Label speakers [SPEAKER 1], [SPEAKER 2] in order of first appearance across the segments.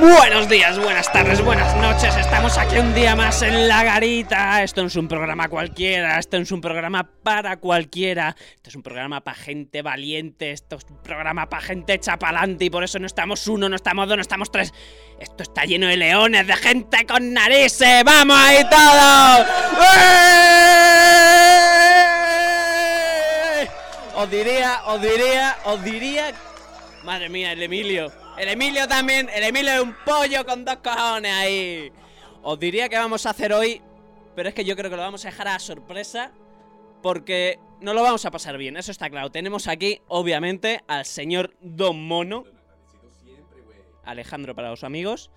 [SPEAKER 1] Buenos días, buenas tardes, buenas noches. Estamos aquí un día más en la garita. Esto no es un programa cualquiera, esto no es un programa para cualquiera. Esto es un programa para gente valiente, esto es un programa para gente chapalante y por eso no estamos uno, no estamos dos, no estamos tres. Esto está lleno de leones, de gente con narices. ¡Vamos ahí todos! ¡Eh! Os diría, os diría, os diría... Madre mía, el Emilio. El Emilio también, el Emilio es un pollo con dos cojones ahí. Os diría que vamos a hacer hoy, pero es que yo creo que lo vamos a dejar a sorpresa porque no lo vamos a pasar bien, eso está claro. Tenemos aquí, obviamente, al señor Don Mono. Alejandro para los amigos.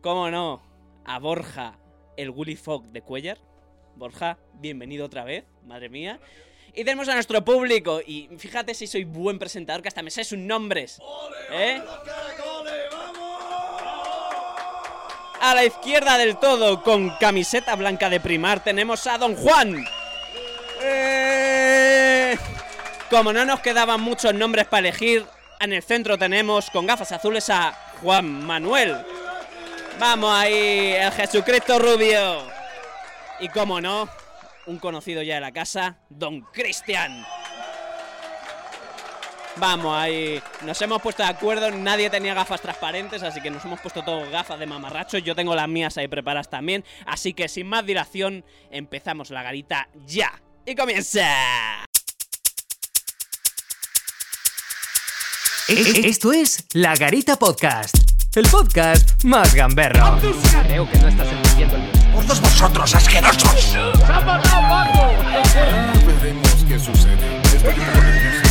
[SPEAKER 1] ¿Cómo no? A Borja, el Willy Fox de Cuellar. Borja, bienvenido otra vez, madre mía. Y tenemos a nuestro público. Y fíjate si soy buen presentador, que hasta me sé sus nombres. ¿Eh? A la izquierda del todo, con camiseta blanca de primar, tenemos a Don Juan. Eh, Como no nos quedaban muchos nombres para elegir, en el centro tenemos con gafas azules a Juan Manuel. Vamos ahí, el Jesucristo rubio. Y como no, un conocido ya de la casa, Don Cristian. Vamos ahí. Nos hemos puesto de acuerdo. Nadie tenía gafas transparentes, así que nos hemos puesto todos gafas de mamarracho. Yo tengo las mías ahí preparadas también. Así que sin más dilación, empezamos la garita ya. Y comienza.
[SPEAKER 2] E- e- Esto es La Garita Podcast, el podcast más gamberro.
[SPEAKER 3] Todos vosotros asquerosos.
[SPEAKER 4] Veremos qué sucede. Estoy un poco nervioso.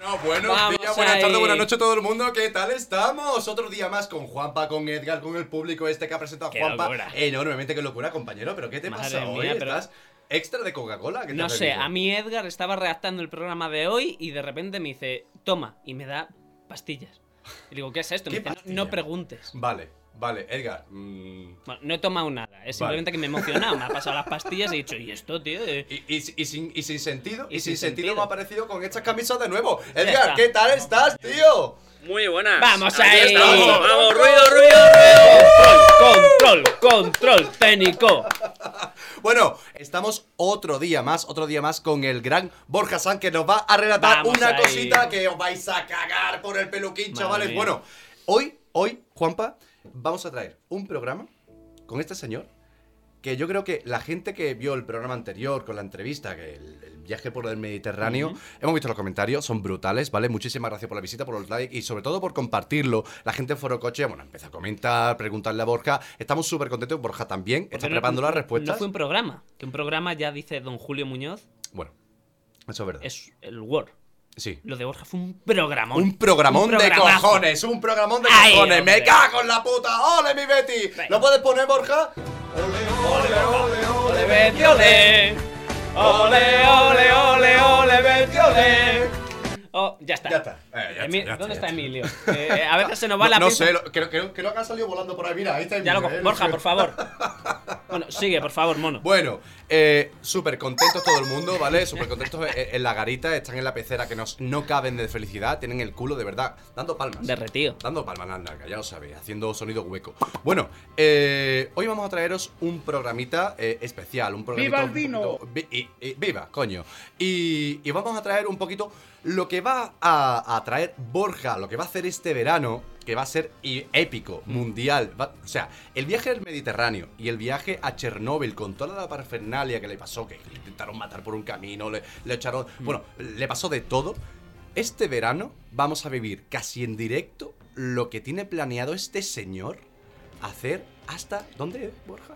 [SPEAKER 4] No, buenos
[SPEAKER 1] Vamos
[SPEAKER 4] días, buenas
[SPEAKER 1] ahí.
[SPEAKER 4] tardes, buenas noches a todo el mundo. ¿Qué tal estamos? Otro día más con Juanpa, con Edgar, con el público este que ha presentado
[SPEAKER 1] Qué
[SPEAKER 4] Juanpa.
[SPEAKER 1] locura.
[SPEAKER 4] Enormemente, qué locura, compañero. ¿Pero qué te
[SPEAKER 1] Madre
[SPEAKER 4] pasa hoy?
[SPEAKER 1] mía, pero-
[SPEAKER 4] ¿Estás extra de Coca-Cola? ¿Qué te
[SPEAKER 1] No
[SPEAKER 4] has
[SPEAKER 1] sé,
[SPEAKER 4] bebido?
[SPEAKER 1] a mí Edgar estaba redactando el programa de hoy y de repente me dice, toma, y me da pastillas. Y digo, ¿qué es esto? Me
[SPEAKER 4] ¿Qué
[SPEAKER 1] dice, "No-
[SPEAKER 4] pastillas?
[SPEAKER 1] no preguntes.
[SPEAKER 4] Vale, vale, Edgar. mm,
[SPEAKER 1] Bueno, no he tomado nada, es simplemente que me he emocionado, me ha pasado las pastillas y he dicho, ¿y esto, tío? Eh,
[SPEAKER 4] Y, y- y sin, y sin sentido,
[SPEAKER 1] Y
[SPEAKER 4] y,
[SPEAKER 1] sin
[SPEAKER 4] sin, sentido.
[SPEAKER 1] sentido.
[SPEAKER 4] me ha aparecido con estas camisas de nuevo.
[SPEAKER 1] está.
[SPEAKER 4] Edgar, ¿qué tal estás, tío?
[SPEAKER 5] Muy buenas.
[SPEAKER 1] ¡Vamos
[SPEAKER 5] Aquí
[SPEAKER 1] ahí!
[SPEAKER 5] estamos. Vamos, ruido, ruido.
[SPEAKER 1] ¡Control, control, control técnico!
[SPEAKER 4] Bueno, estamos otro día más, otro día más con el gran Borja San que nos va a relatar
[SPEAKER 1] Vamos
[SPEAKER 4] una
[SPEAKER 1] ahí.
[SPEAKER 4] cosita que os vais a cagar por el peluquín,
[SPEAKER 1] Madre
[SPEAKER 4] chavales.
[SPEAKER 1] mía.
[SPEAKER 4] Bueno, hoy, hoy, Juanpa, vamos a traer un programa con este señor que yo creo que la gente que vio el programa anterior con la entrevista, que el, el viaje por el Mediterráneo, hemos visto los comentarios, son brutales, ¿vale? Muchísimas gracias por la visita, por los likes y sobre todo por compartirlo. La gente en Foro Coche, bueno, empieza a comentar, preguntarle a Borja. Estamos súper contentos, Borja también, está
[SPEAKER 1] Porque no-
[SPEAKER 4] preparando las respuestas.
[SPEAKER 1] No fue un programa, que un programa ya dice don Julio Muñoz,
[SPEAKER 4] Bueno, eso es verdad.
[SPEAKER 1] es el Word.
[SPEAKER 4] Sí.
[SPEAKER 1] Lo de Borja fue un programón.
[SPEAKER 4] Un programón
[SPEAKER 1] Un
[SPEAKER 4] de
[SPEAKER 1] programazo.
[SPEAKER 4] cojones, un programón de
[SPEAKER 1] Ay,
[SPEAKER 4] cojones.
[SPEAKER 1] hombre.
[SPEAKER 4] ¡Me cago en la puta! ¡Ole, mi Betty!
[SPEAKER 1] Venga.
[SPEAKER 4] ¿Lo puedes poner, Borja?
[SPEAKER 1] ¡Ole, Betty, ole! ¡Ole, ole, ole, ole, Betty, ole! Oh, ya está.
[SPEAKER 4] Ya está. Eh, ya
[SPEAKER 1] Emi-
[SPEAKER 4] está, ya
[SPEAKER 1] ¿Dónde está,
[SPEAKER 4] está, ya
[SPEAKER 1] Emilio? Eh, a veces se nos va
[SPEAKER 4] no
[SPEAKER 1] la
[SPEAKER 4] no
[SPEAKER 1] pinza.
[SPEAKER 4] sé, lo- creo, creo- creo que ha salido volando por ahí. Mira, ahí está.
[SPEAKER 1] Ya lo
[SPEAKER 4] Emilio,
[SPEAKER 1] cojo.
[SPEAKER 4] eh, no
[SPEAKER 1] Borja,
[SPEAKER 4] sé.
[SPEAKER 1] por favor. Bueno, sigue, por favor, mono.
[SPEAKER 4] Bueno, eh, súper contentos todo el mundo, ¿vale? Súper contentos eh, en la garita, están en la pecera que nos, no caben de felicidad, tienen el culo de verdad, dando palmas.
[SPEAKER 1] Derretido.
[SPEAKER 4] Dando palmas las nalgas, ya lo sabéis, haciendo sonido hueco. Bueno, eh, hoy vamos a traeros un programita eh, especial, un programita. ¡Viva el vino! ¡Viva, coño! Y, y vamos a traer un poquito lo que va a, a traer Borja, lo que va a hacer este verano, que va a ser i- épico, mundial. Va- o sea, el viaje al Mediterráneo y el viaje a Chernóbil con toda la parafernalia que le pasó, que le intentaron matar por un camino, le, le echaron. Bueno, le pasó de todo. Este verano vamos a vivir casi en directo lo que tiene planeado este señor hacer hasta. ¿Dónde, Borja?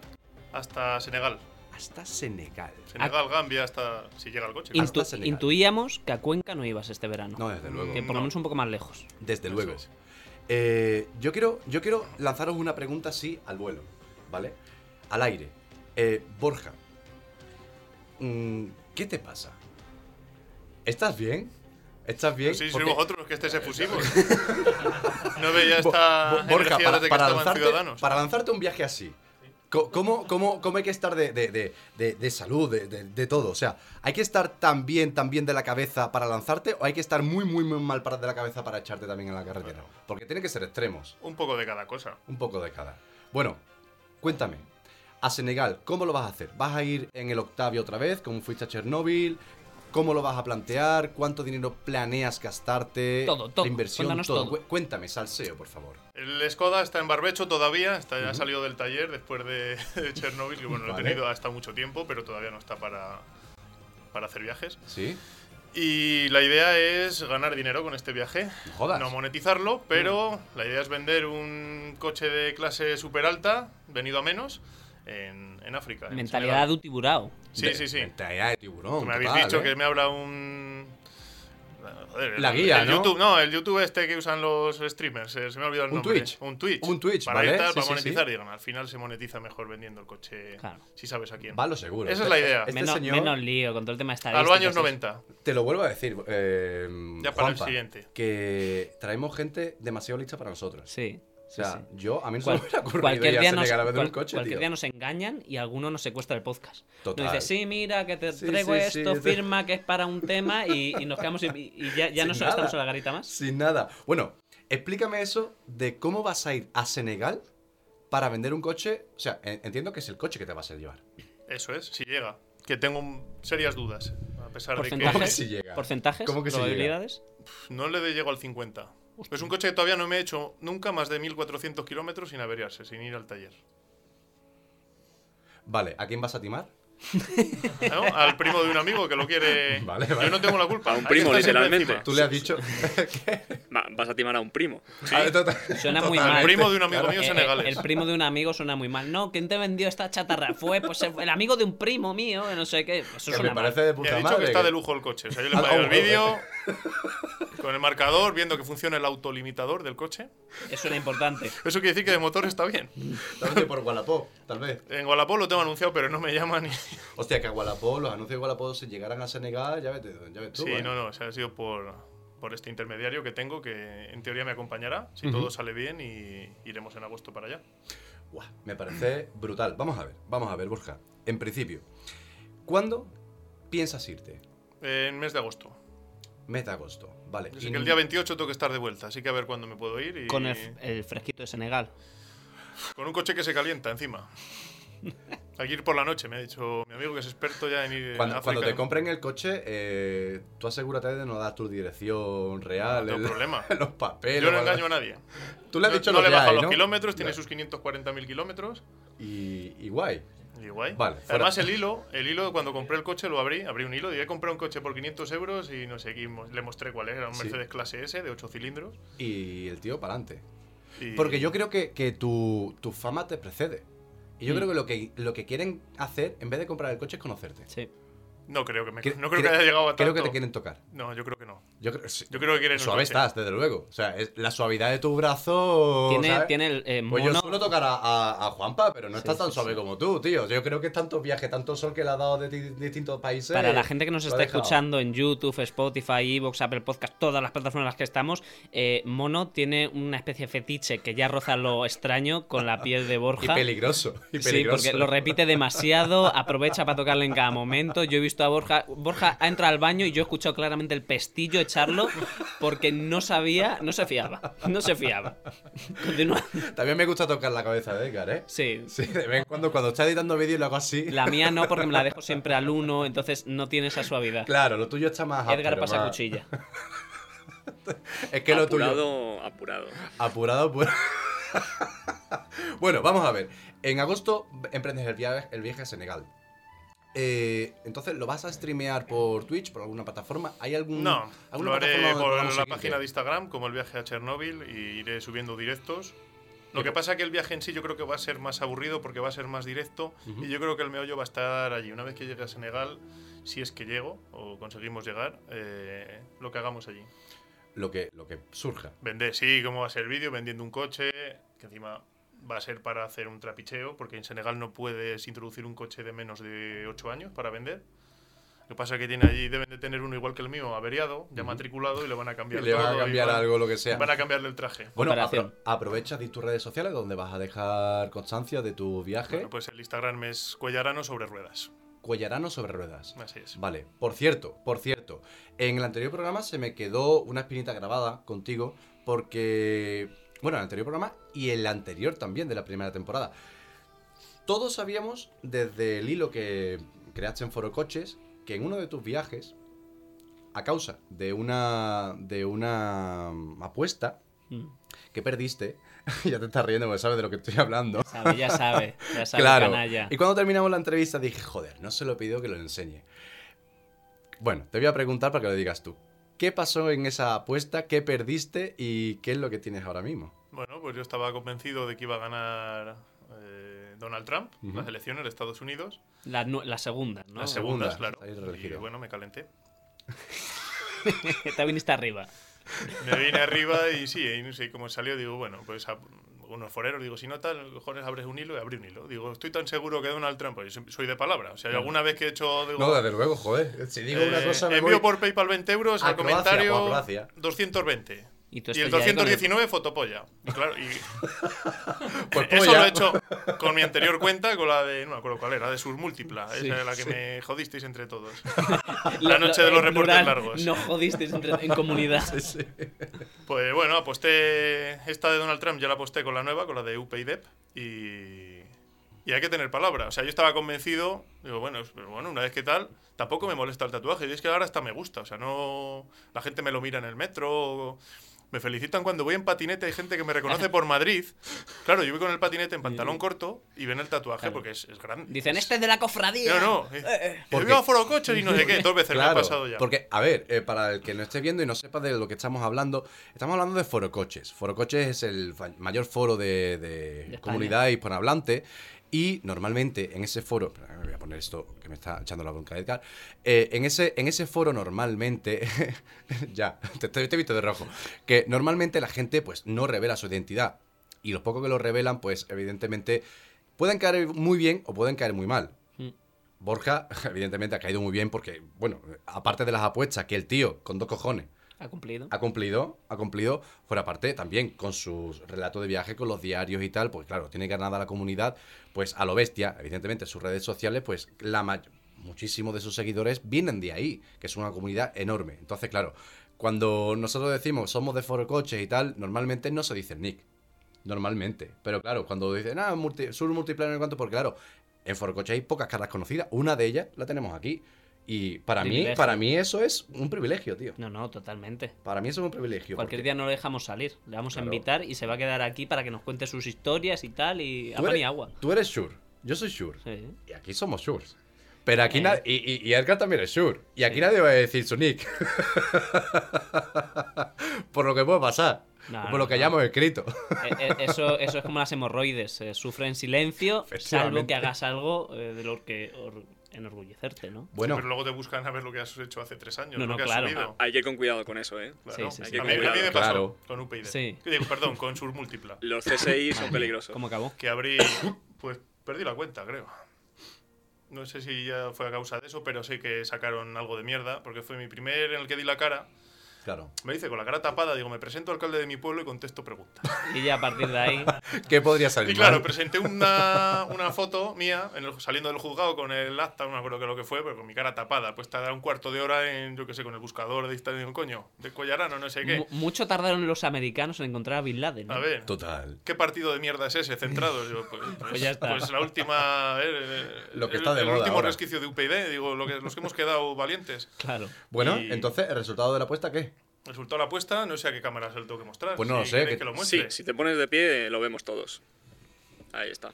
[SPEAKER 6] hasta Senegal.
[SPEAKER 4] Hasta Senegal.
[SPEAKER 6] Senegal, Gambia, hasta si llega el coche.
[SPEAKER 4] Ah. Y-
[SPEAKER 6] claro.
[SPEAKER 1] Intu-
[SPEAKER 4] Senegal.
[SPEAKER 1] intuíamos que a Cuenca no ibas este verano.
[SPEAKER 4] No, desde luego.
[SPEAKER 1] que por lo
[SPEAKER 6] no.
[SPEAKER 1] menos un poco más lejos.
[SPEAKER 4] Desde
[SPEAKER 6] Eso
[SPEAKER 4] luego.
[SPEAKER 6] es.
[SPEAKER 4] Eh, yo, quiero, yo quiero lanzaros una pregunta así al vuelo, ¿vale? Al aire. Eh, Borja, mm, ¿qué te pasa? ¿Estás bien? ¿Estás bien?
[SPEAKER 6] Sí, sois
[SPEAKER 4] Porque-
[SPEAKER 6] vosotros los que este estáis efusivos. no veía
[SPEAKER 4] Bo-
[SPEAKER 6] esta
[SPEAKER 4] Bo- Borja,
[SPEAKER 6] energía
[SPEAKER 4] para,
[SPEAKER 6] desde que
[SPEAKER 4] para
[SPEAKER 6] estaban
[SPEAKER 4] lanzarte,
[SPEAKER 6] ciudadanos.
[SPEAKER 4] para lanzarte un viaje así, Co- ¿Cómo, cómo, cómo hay que estar de, de- de- de- de salud, de, de- de todo? O sea, ¿hay que estar tan bien, tan bien de la cabeza para lanzarte o hay que estar muy, muy, muy mal para- de la cabeza para echarte también en la carretera? Porque tienen que ser extremos,
[SPEAKER 6] Un poco de cada cosa.
[SPEAKER 4] un poco de cada. Bueno, cuéntame, a Senegal, ¿cómo lo vas a hacer? ¿Vas a ir en el Octavio otra vez, como fuiste a Chernóbil? ¿Cómo lo vas a plantear? ¿Cuánto dinero planeas gastarte?
[SPEAKER 1] Todo, todo,
[SPEAKER 4] La inversión,
[SPEAKER 1] cuéntanos
[SPEAKER 4] todo.
[SPEAKER 1] todo.
[SPEAKER 4] Cué- Cuéntame, salseo, por favor.
[SPEAKER 6] El Skoda está en barbecho todavía, está, ya ha salido del taller después de, de Chernobyl, que bueno, lo he
[SPEAKER 4] Vale.
[SPEAKER 6] tenido hasta mucho tiempo, pero todavía no está para, para hacer viajes.
[SPEAKER 4] ¿Sí?
[SPEAKER 6] Y la idea es ganar dinero con este viaje.
[SPEAKER 4] No jodas.
[SPEAKER 6] No monetizarlo, pero la idea es vender un coche de clase super alta, venido a menos, en, en África. en
[SPEAKER 1] Mentalidad de utiburao.
[SPEAKER 6] Senegal. Sí, sí, sí.
[SPEAKER 4] Mentalidad de tiburón.
[SPEAKER 6] Me habéis
[SPEAKER 4] total,
[SPEAKER 6] dicho
[SPEAKER 4] ¿eh?
[SPEAKER 6] que me habla un. Joder, el-
[SPEAKER 4] La guía,
[SPEAKER 6] el
[SPEAKER 4] ¿no?
[SPEAKER 6] YouTube, no, el YouTube este que usan los streamers, eh, se me ha olvidado el
[SPEAKER 4] Un
[SPEAKER 6] nombre.
[SPEAKER 4] Twitch.
[SPEAKER 6] Un Twitch.
[SPEAKER 4] Un Twitch,
[SPEAKER 6] para
[SPEAKER 4] ¿vale?
[SPEAKER 6] ir tal,
[SPEAKER 4] Sí,
[SPEAKER 6] para
[SPEAKER 4] sí,
[SPEAKER 6] monetizar,
[SPEAKER 4] sí.
[SPEAKER 6] digan, al final se monetiza mejor vendiendo el coche
[SPEAKER 1] Claro.
[SPEAKER 6] si sabes a quién.
[SPEAKER 4] Va a lo seguro.
[SPEAKER 6] Esa
[SPEAKER 4] Este-
[SPEAKER 6] es la idea.
[SPEAKER 4] Este
[SPEAKER 1] menos,
[SPEAKER 4] señor,
[SPEAKER 1] menos lío con todo el tema de
[SPEAKER 6] a
[SPEAKER 1] estadísticas.
[SPEAKER 6] los años
[SPEAKER 1] eso.
[SPEAKER 6] 90.
[SPEAKER 4] te lo vuelvo a decir. eh,
[SPEAKER 6] Ya para el
[SPEAKER 4] Juanpa,
[SPEAKER 6] siguiente.
[SPEAKER 4] Que traemos gente demasiado lista para nosotros.
[SPEAKER 1] Sí.
[SPEAKER 4] O
[SPEAKER 1] sí,
[SPEAKER 4] sea,
[SPEAKER 1] sí.
[SPEAKER 4] yo a mí no
[SPEAKER 1] Cual-
[SPEAKER 4] se me hubiera ocurrido ir
[SPEAKER 1] cualquier
[SPEAKER 4] a
[SPEAKER 1] día, nos,
[SPEAKER 4] Senegal a vender un
[SPEAKER 1] cual-
[SPEAKER 4] coche,
[SPEAKER 1] cualquier
[SPEAKER 4] tío.
[SPEAKER 1] día nos engañan y alguno nos secuestra el podcast.
[SPEAKER 4] Total.
[SPEAKER 1] Nos dice, sí, mira, que te
[SPEAKER 4] Sí,
[SPEAKER 1] traigo
[SPEAKER 4] sí, sí,
[SPEAKER 1] esto,
[SPEAKER 4] sí.
[SPEAKER 1] firma que es para un tema y, y nos quedamos y, y ya, ya no
[SPEAKER 4] Sin
[SPEAKER 1] solo estamos en la
[SPEAKER 4] nada.
[SPEAKER 1] garita más.
[SPEAKER 4] Sin nada. Bueno, explícame eso de cómo vas a ir a Senegal para vender un coche. O sea, en- entiendo que es el coche que te vas a llevar.
[SPEAKER 6] Eso es, si llega. Que tengo un- serias dudas. A pesar de que
[SPEAKER 4] ¿Cómo que
[SPEAKER 1] ¿Porcentajes?
[SPEAKER 4] si llega?
[SPEAKER 1] ¿Porcentajes?
[SPEAKER 4] ¿Cómo que si
[SPEAKER 1] ¿Probabilidades?
[SPEAKER 6] pf, no le de- llego al 50. Es un coche que todavía no me he hecho nunca más de 1400 kilómetros sin averiarse, sin ir al taller.
[SPEAKER 4] Vale, ¿a quién vas a timar?
[SPEAKER 6] ¿No? Al primo de un amigo que lo quiere.
[SPEAKER 4] Vale, vale.
[SPEAKER 6] Yo no tengo la culpa.
[SPEAKER 2] A un
[SPEAKER 6] hay que
[SPEAKER 2] primo,
[SPEAKER 6] estar siempre
[SPEAKER 2] literalmente.
[SPEAKER 6] encima.
[SPEAKER 4] Tú le has dicho.
[SPEAKER 2] Va- vas a timar a un primo.
[SPEAKER 4] Ah, total.
[SPEAKER 1] Suena muy
[SPEAKER 6] Al
[SPEAKER 1] mal.
[SPEAKER 6] primo de un amigo mío
[SPEAKER 1] Eh, eh,
[SPEAKER 6] senegales.
[SPEAKER 1] el primo de un amigo suena muy mal. No, ¿quién te vendió esta chatarra? Fue pues el el amigo de un primo mío, no sé qué. Eso
[SPEAKER 4] Que me
[SPEAKER 1] suena mal.
[SPEAKER 4] parece de
[SPEAKER 6] Me ha
[SPEAKER 4] puta
[SPEAKER 6] dicho
[SPEAKER 4] madre.
[SPEAKER 6] que está
[SPEAKER 4] que-
[SPEAKER 6] de lujo el coche. O sea, yo le
[SPEAKER 4] Ah,
[SPEAKER 6] he pagado
[SPEAKER 4] oh,
[SPEAKER 6] el
[SPEAKER 4] bueno.
[SPEAKER 6] vídeo con el marcador, viendo que funciona el autolimitador del coche.
[SPEAKER 1] Eso suena importante.
[SPEAKER 6] Eso quiere decir que de motor está bien.
[SPEAKER 4] Tal vez por Wallapop, tal vez.
[SPEAKER 6] En Gualapó lo tengo anunciado, pero no me llaman. Y...
[SPEAKER 4] Hostia, que a Wallapop, los anuncios de Wallapop, si llegaran a Senegal, ya vete, ya ves tú.
[SPEAKER 6] Sí,
[SPEAKER 4] ¿eh?
[SPEAKER 6] no, no. O sea, ha sido por, por este intermediario que tengo, que en teoría me acompañará. Si todo sale bien, y iremos en agosto para allá.
[SPEAKER 4] Buah, me parece brutal. Vamos a ver, vamos a ver, Borja. En principio, ¿cuándo piensas irte?
[SPEAKER 6] En mes de agosto.
[SPEAKER 4] Mes de agosto, vale.
[SPEAKER 6] Yo
[SPEAKER 4] Y
[SPEAKER 6] sé que el día 28 tengo que estar de vuelta, así que a ver cuándo me puedo ir. Y...
[SPEAKER 1] Con el, el fresquito de Senegal.
[SPEAKER 6] con un coche que se calienta encima. Hay que ir por la noche, me ha dicho mi amigo que es experto ya en ir.
[SPEAKER 4] Cuando,
[SPEAKER 6] a
[SPEAKER 4] cuando te
[SPEAKER 6] África.
[SPEAKER 4] compren el coche, eh, tú asegúrate de no dar tu dirección real,
[SPEAKER 6] No tengo
[SPEAKER 4] el-
[SPEAKER 6] problema.
[SPEAKER 4] los papeles.
[SPEAKER 6] Yo no
[SPEAKER 4] o algo.
[SPEAKER 6] engaño a nadie.
[SPEAKER 4] Tú le has
[SPEAKER 6] No-
[SPEAKER 4] dicho
[SPEAKER 6] no
[SPEAKER 4] lo
[SPEAKER 6] le
[SPEAKER 4] que
[SPEAKER 6] baja
[SPEAKER 4] hay,
[SPEAKER 6] los
[SPEAKER 4] ¿no?
[SPEAKER 6] kilómetros, tiene
[SPEAKER 4] Ya.
[SPEAKER 6] sus 540.000 kilómetros.
[SPEAKER 4] Y, y guay.
[SPEAKER 6] Y guay.
[SPEAKER 4] Vale, fuera.
[SPEAKER 6] Además, el hilo, el hilo, cuando compré el coche, lo abrí, abrí un hilo. Dije, compré un coche por 500 euros y no sé, aquí mo- le mostré cuál era. Era un
[SPEAKER 4] Sí.
[SPEAKER 6] Mercedes clase S de 8 cilindros.
[SPEAKER 4] Y el tío para adelante.
[SPEAKER 6] y-
[SPEAKER 4] Porque yo creo que, que tu, tu fama te precede. Y yo
[SPEAKER 1] Mm.
[SPEAKER 4] creo que lo, que lo que quieren hacer, en vez de comprar el coche, es conocerte.
[SPEAKER 1] Sí.
[SPEAKER 6] No creo que, me,
[SPEAKER 4] Cre-
[SPEAKER 6] no creo
[SPEAKER 4] cre-
[SPEAKER 6] que haya llegado a tanto.
[SPEAKER 4] Creo que te quieren tocar.
[SPEAKER 6] No, yo creo que no.
[SPEAKER 4] Yo creo, sí.
[SPEAKER 6] Yo creo que quieren el
[SPEAKER 4] Suave
[SPEAKER 6] coche.
[SPEAKER 4] estás, desde luego. O sea, es la suavidad de tu brazo.
[SPEAKER 1] Tiene,
[SPEAKER 4] ¿sabes?
[SPEAKER 1] tiene el eh,
[SPEAKER 4] Pues
[SPEAKER 1] mono-
[SPEAKER 4] yo suelo tocar a, a- a Juanpa, pero no
[SPEAKER 1] Sí,
[SPEAKER 4] estás tan
[SPEAKER 1] sí,
[SPEAKER 4] suave
[SPEAKER 1] sí.
[SPEAKER 4] como tú, tío. Yo creo que es tantos viajes, tanto sol que le ha dado de di- distintos países.
[SPEAKER 1] Para la gente que nos
[SPEAKER 4] lo ha
[SPEAKER 1] está
[SPEAKER 4] dejado.
[SPEAKER 1] escuchando en YouTube, Spotify, Evox, Apple Podcast, todas las plataformas en las que estamos, eh, Mono tiene una especie de fetiche que ya roza lo extraño con la piel de
[SPEAKER 4] Y
[SPEAKER 1] Borja.
[SPEAKER 4] peligroso. Y
[SPEAKER 1] Sí,
[SPEAKER 4] peligroso.
[SPEAKER 1] porque lo repite demasiado, aprovecha para tocarle en cada momento. Yo he visto a Borja, Borja ha entrado al baño y yo he escuchado claramente el pestillo echarlo porque no sabía, no se fiaba, no se fiaba. Continúa.
[SPEAKER 4] También me gusta tocar la cabeza de Edgar, ¿eh?
[SPEAKER 1] Sí.
[SPEAKER 4] Sí, de vez en cuando, cuando está editando vídeo y lo hago así.
[SPEAKER 1] La mía no, porque me la dejo siempre al uno, entonces no tiene esa suavidad.
[SPEAKER 4] Claro, lo tuyo está más
[SPEAKER 1] Edgar
[SPEAKER 4] áspero,
[SPEAKER 1] pasa
[SPEAKER 4] más-
[SPEAKER 1] cuchilla.
[SPEAKER 4] Es que lo tuyo.
[SPEAKER 2] apurado, apurado.
[SPEAKER 4] Apurado, pues. bueno, vamos a ver. En agosto emprendes el viaje, el viaje a Senegal. Eh, entonces, ¿lo vas a streamear por Twitch, por alguna plataforma? ¿Hay algún,
[SPEAKER 6] No,
[SPEAKER 4] alguna
[SPEAKER 6] lo haré
[SPEAKER 4] plataforma donde
[SPEAKER 6] por la
[SPEAKER 4] podamos seguirte?
[SPEAKER 6] página de Instagram, como el viaje a Chernóbil, y iré subiendo directos. Lo que pasa que el viaje en sí yo creo que va a ser más aburrido porque va a ser más directo y yo creo que el meollo va a estar allí. Una vez que llegue a Senegal, si es que llego o conseguimos llegar, eh, lo que hagamos allí.
[SPEAKER 4] Lo que, lo que surja.
[SPEAKER 6] Vender, sí, cómo va a ser el vídeo, vendiendo un coche, que encima va a ser para hacer un trapicheo, porque en Senegal no puedes introducir un coche de menos de 8 años para vender. Lo que pasa es que tiene allí, deben de tener uno igual que el mío, averiado, ya matriculado, y le van a cambiar
[SPEAKER 4] Le van a
[SPEAKER 6] todo, y
[SPEAKER 4] cambiar
[SPEAKER 6] van-
[SPEAKER 4] algo, lo que sea.
[SPEAKER 6] Van a cambiarle el traje.
[SPEAKER 4] Bueno,
[SPEAKER 7] Comparación.
[SPEAKER 4] apro- aprovecha de tus redes sociales donde vas a dejar constancia de tu viaje.
[SPEAKER 6] Bueno, pues el Instagram es Cuellarano sobre ruedas.
[SPEAKER 4] Cuellarano sobre ruedas.
[SPEAKER 6] Así es.
[SPEAKER 4] Vale, por cierto, por cierto, en el anterior programa se me quedó una espinita grabada contigo porque, bueno, en el anterior programa y el anterior también de la primera temporada. Todos sabíamos desde el hilo que creaste en Foro Coches que en uno de tus viajes, a causa de una, de una apuesta
[SPEAKER 7] Mm.
[SPEAKER 4] que perdiste, ya te estás riendo porque sabes de lo que estoy hablando.
[SPEAKER 7] Sabe, ya sabe, ya sabe,
[SPEAKER 4] Claro.
[SPEAKER 7] canalla.
[SPEAKER 4] Y cuando terminamos la entrevista dije, joder, no se lo pido que lo enseñe. Bueno, te voy a preguntar para que lo digas tú. ¿Qué pasó en esa apuesta? ¿Qué perdiste? ¿Y qué es lo que tienes ahora mismo?
[SPEAKER 6] Bueno, pues yo estaba convencido de que iba a ganar eh, Donald Trump
[SPEAKER 4] Ujú.
[SPEAKER 6] las elecciones de Estados Unidos.
[SPEAKER 7] La, nu- la segunda, ¿no?
[SPEAKER 6] las segundas,
[SPEAKER 4] segunda,
[SPEAKER 6] claro.
[SPEAKER 4] ahí
[SPEAKER 6] Y
[SPEAKER 4] reelegido.
[SPEAKER 6] bueno, me calenté.
[SPEAKER 7] Te viniste arriba.
[SPEAKER 6] Me vine arriba y sí, y no sé cómo salió. Digo, bueno, pues a unos foreros, digo, si no tal, a lo mejor abres un hilo y abrí un hilo. Digo, estoy tan seguro que Donald Trump, pues, yo soy de palabra. O sea, alguna vez que he hecho. digo,
[SPEAKER 4] desde luego, joder. Si digo
[SPEAKER 6] eh, envío por PayPal 20 euros,
[SPEAKER 4] a
[SPEAKER 6] al
[SPEAKER 4] Croacia,
[SPEAKER 6] comentario
[SPEAKER 4] o a Croacia.
[SPEAKER 6] 220.
[SPEAKER 7] Y tú
[SPEAKER 6] Y el
[SPEAKER 7] estás ya ahí con
[SPEAKER 6] 219, fotopolla. Y claro, y
[SPEAKER 4] Pues
[SPEAKER 6] eso
[SPEAKER 4] polla.
[SPEAKER 6] lo he hecho con mi anterior cuenta, con la de. No me acuerdo cuál era, de sus múltipla.
[SPEAKER 4] Sí,
[SPEAKER 6] esa es la que
[SPEAKER 4] sí.
[SPEAKER 6] me jodisteis entre todos.
[SPEAKER 7] Lo-
[SPEAKER 6] La
[SPEAKER 7] lo-
[SPEAKER 6] noche de los
[SPEAKER 7] en
[SPEAKER 6] reportes
[SPEAKER 7] plural,
[SPEAKER 6] largos.
[SPEAKER 7] No jodisteis entre- en comunidad.
[SPEAKER 6] Pues bueno, aposté. Esta de Donald Trump ya la aposté con la nueva, con la de UPyDep. Y. E Y hay que tener palabra. O sea, yo estaba convencido. Digo, bueno, es- pero bueno, una vez que tal, tampoco me molesta el tatuaje. Y es que ahora hasta me gusta. O sea, no. La gente me lo mira en el metro. o- Me felicitan cuando voy en patinete. Hay gente que me reconoce por Madrid. Claro, yo voy con el patinete en
[SPEAKER 4] Mm.
[SPEAKER 6] pantalón corto y ven el tatuaje
[SPEAKER 7] Claro.
[SPEAKER 6] porque es, es grande.
[SPEAKER 7] Dicen, este es de la cofradía.
[SPEAKER 6] No, no. eh, Yo
[SPEAKER 4] Porque-
[SPEAKER 6] iba a Foro Coches y no sé qué. Dos veces me ha
[SPEAKER 4] Claro,
[SPEAKER 6] pasado ya.
[SPEAKER 4] porque, a ver, eh, para el que no esté viendo y no sepa de lo que estamos hablando, estamos hablando de Forocoches. Forocoches es el fa- mayor foro de, de
[SPEAKER 7] España.
[SPEAKER 4] comunidad hispanohablante y normalmente en ese foro, espera, voy a poner esto que me está echando la bronca Edgar, Eh, en, ese, en ese foro normalmente, ya, te, te- te he visto de rojo, que normalmente la gente pues no revela su identidad y los pocos que lo revelan pues evidentemente pueden caer muy bien o pueden caer muy mal. Borja, evidentemente, ha caído muy bien porque, bueno, aparte de las apuestas que el tío, con dos cojones,
[SPEAKER 7] Ha cumplido.
[SPEAKER 4] ha cumplido, ha cumplido, fuera aparte también con sus relatos de viaje, con los diarios y tal, pues claro, tiene ganada la comunidad, pues a lo bestia, evidentemente, sus redes sociales, pues la mayor, muchísimos de sus seguidores vienen de ahí, que es una comunidad enorme. Entonces, claro, cuando nosotros decimos somos de Foro Coches y tal, normalmente no se dice el nick, normalmente, pero claro, cuando dicen, ah, multi, sur multiplano y cuanto, porque pues, claro, en Foro Coches hay pocas caras conocidas, una de ellas la tenemos aquí. Y para mí,
[SPEAKER 7] Privilegio.
[SPEAKER 4] para mí eso es un privilegio, tío.
[SPEAKER 7] No, no, totalmente.
[SPEAKER 4] Para mí eso es un privilegio.
[SPEAKER 7] Cualquier
[SPEAKER 4] porque-
[SPEAKER 7] día no lo dejamos salir. Le vamos
[SPEAKER 4] Claro.
[SPEAKER 7] a invitar y se va a quedar aquí para que nos cuente sus historias y tal. Y
[SPEAKER 4] Tú
[SPEAKER 7] agua
[SPEAKER 4] eres,
[SPEAKER 7] y agua.
[SPEAKER 4] Tú eres Shure, yo soy Shure.
[SPEAKER 7] Sí.
[SPEAKER 4] Y aquí somos Shures. Pero aquí
[SPEAKER 7] Eh.
[SPEAKER 4] nadie. Y, y- y Edgar también es Shure. Y aquí nadie va a decir su nick. Por lo que puede pasar.
[SPEAKER 7] No,
[SPEAKER 4] por
[SPEAKER 7] no,
[SPEAKER 4] lo que
[SPEAKER 7] no.
[SPEAKER 4] hayamos escrito.
[SPEAKER 7] Eh, eh, Eso, eso es como las hemorroides. eh, Sufre en silencio, salvo
[SPEAKER 4] Efectivamente.
[SPEAKER 7] que hagas algo eh, de lo que or- enorgullecerte, ¿no?
[SPEAKER 6] Sí,
[SPEAKER 4] Bueno,
[SPEAKER 6] Pero luego te buscan a ver lo que has hecho hace tres años,
[SPEAKER 7] No,
[SPEAKER 6] lo
[SPEAKER 7] no,
[SPEAKER 6] que has
[SPEAKER 7] claro.
[SPEAKER 6] subido.
[SPEAKER 2] Hay que ir con cuidado con eso, ¿eh?
[SPEAKER 6] Claro.
[SPEAKER 7] Sí, sí,
[SPEAKER 2] Hay
[SPEAKER 7] sí.
[SPEAKER 2] que
[SPEAKER 6] A, mí, a mí me
[SPEAKER 2] cuidar.
[SPEAKER 6] pasó
[SPEAKER 4] Claro.
[SPEAKER 6] con UPyD.
[SPEAKER 7] Sí.
[SPEAKER 6] Que digo, perdón, con sus múltipla.
[SPEAKER 2] Los CSI son
[SPEAKER 7] Madre,
[SPEAKER 2] peligrosos.
[SPEAKER 7] ¿Cómo acabó?
[SPEAKER 6] Que abrí, pues perdí la cuenta, creo. No sé si ya fue a causa de eso, pero sí que sacaron algo de mierda, porque fue mi primer en el que di la cara.
[SPEAKER 4] claro.
[SPEAKER 6] Me dice con la cara tapada, digo, me presento alcalde de mi pueblo y contesto preguntas.
[SPEAKER 7] Y ya a partir de ahí.
[SPEAKER 4] ¿Qué podría salir
[SPEAKER 6] Y claro,
[SPEAKER 4] mal?
[SPEAKER 6] presenté una, una foto mía en el- saliendo del juzgado con el acta, no me acuerdo qué es lo que fue, pero con mi cara tapada, pues tardar un cuarto de hora en, yo qué sé, con el buscador de Instagram, digo, coño, de Collarano, no sé qué.
[SPEAKER 7] mu- mucho tardaron los americanos en encontrar a Bin Laden. ¿no?
[SPEAKER 6] A ver,
[SPEAKER 4] Total.
[SPEAKER 6] ¿qué partido de mierda es ese? Centrados. Yo, pues, pues-
[SPEAKER 7] ya está.
[SPEAKER 6] pues la última. a ver, eh,
[SPEAKER 4] Lo que
[SPEAKER 6] el-
[SPEAKER 4] está de
[SPEAKER 6] El
[SPEAKER 4] moda
[SPEAKER 6] último
[SPEAKER 4] ahora.
[SPEAKER 6] resquicio de UPyD, digo, lo que, los que hemos quedado valientes.
[SPEAKER 7] Claro.
[SPEAKER 4] Bueno,
[SPEAKER 6] Y-
[SPEAKER 4] entonces, ¿el resultado de la apuesta qué?
[SPEAKER 6] Resultó la apuesta, no sé a qué cámara se lo tengo que mostrar.
[SPEAKER 4] Pues no
[SPEAKER 6] si
[SPEAKER 4] lo sé,
[SPEAKER 6] queréis
[SPEAKER 4] que-
[SPEAKER 6] que lo
[SPEAKER 2] Sí,
[SPEAKER 6] muestre.
[SPEAKER 2] si te pones de pie, eh, lo vemos todos. Ahí está.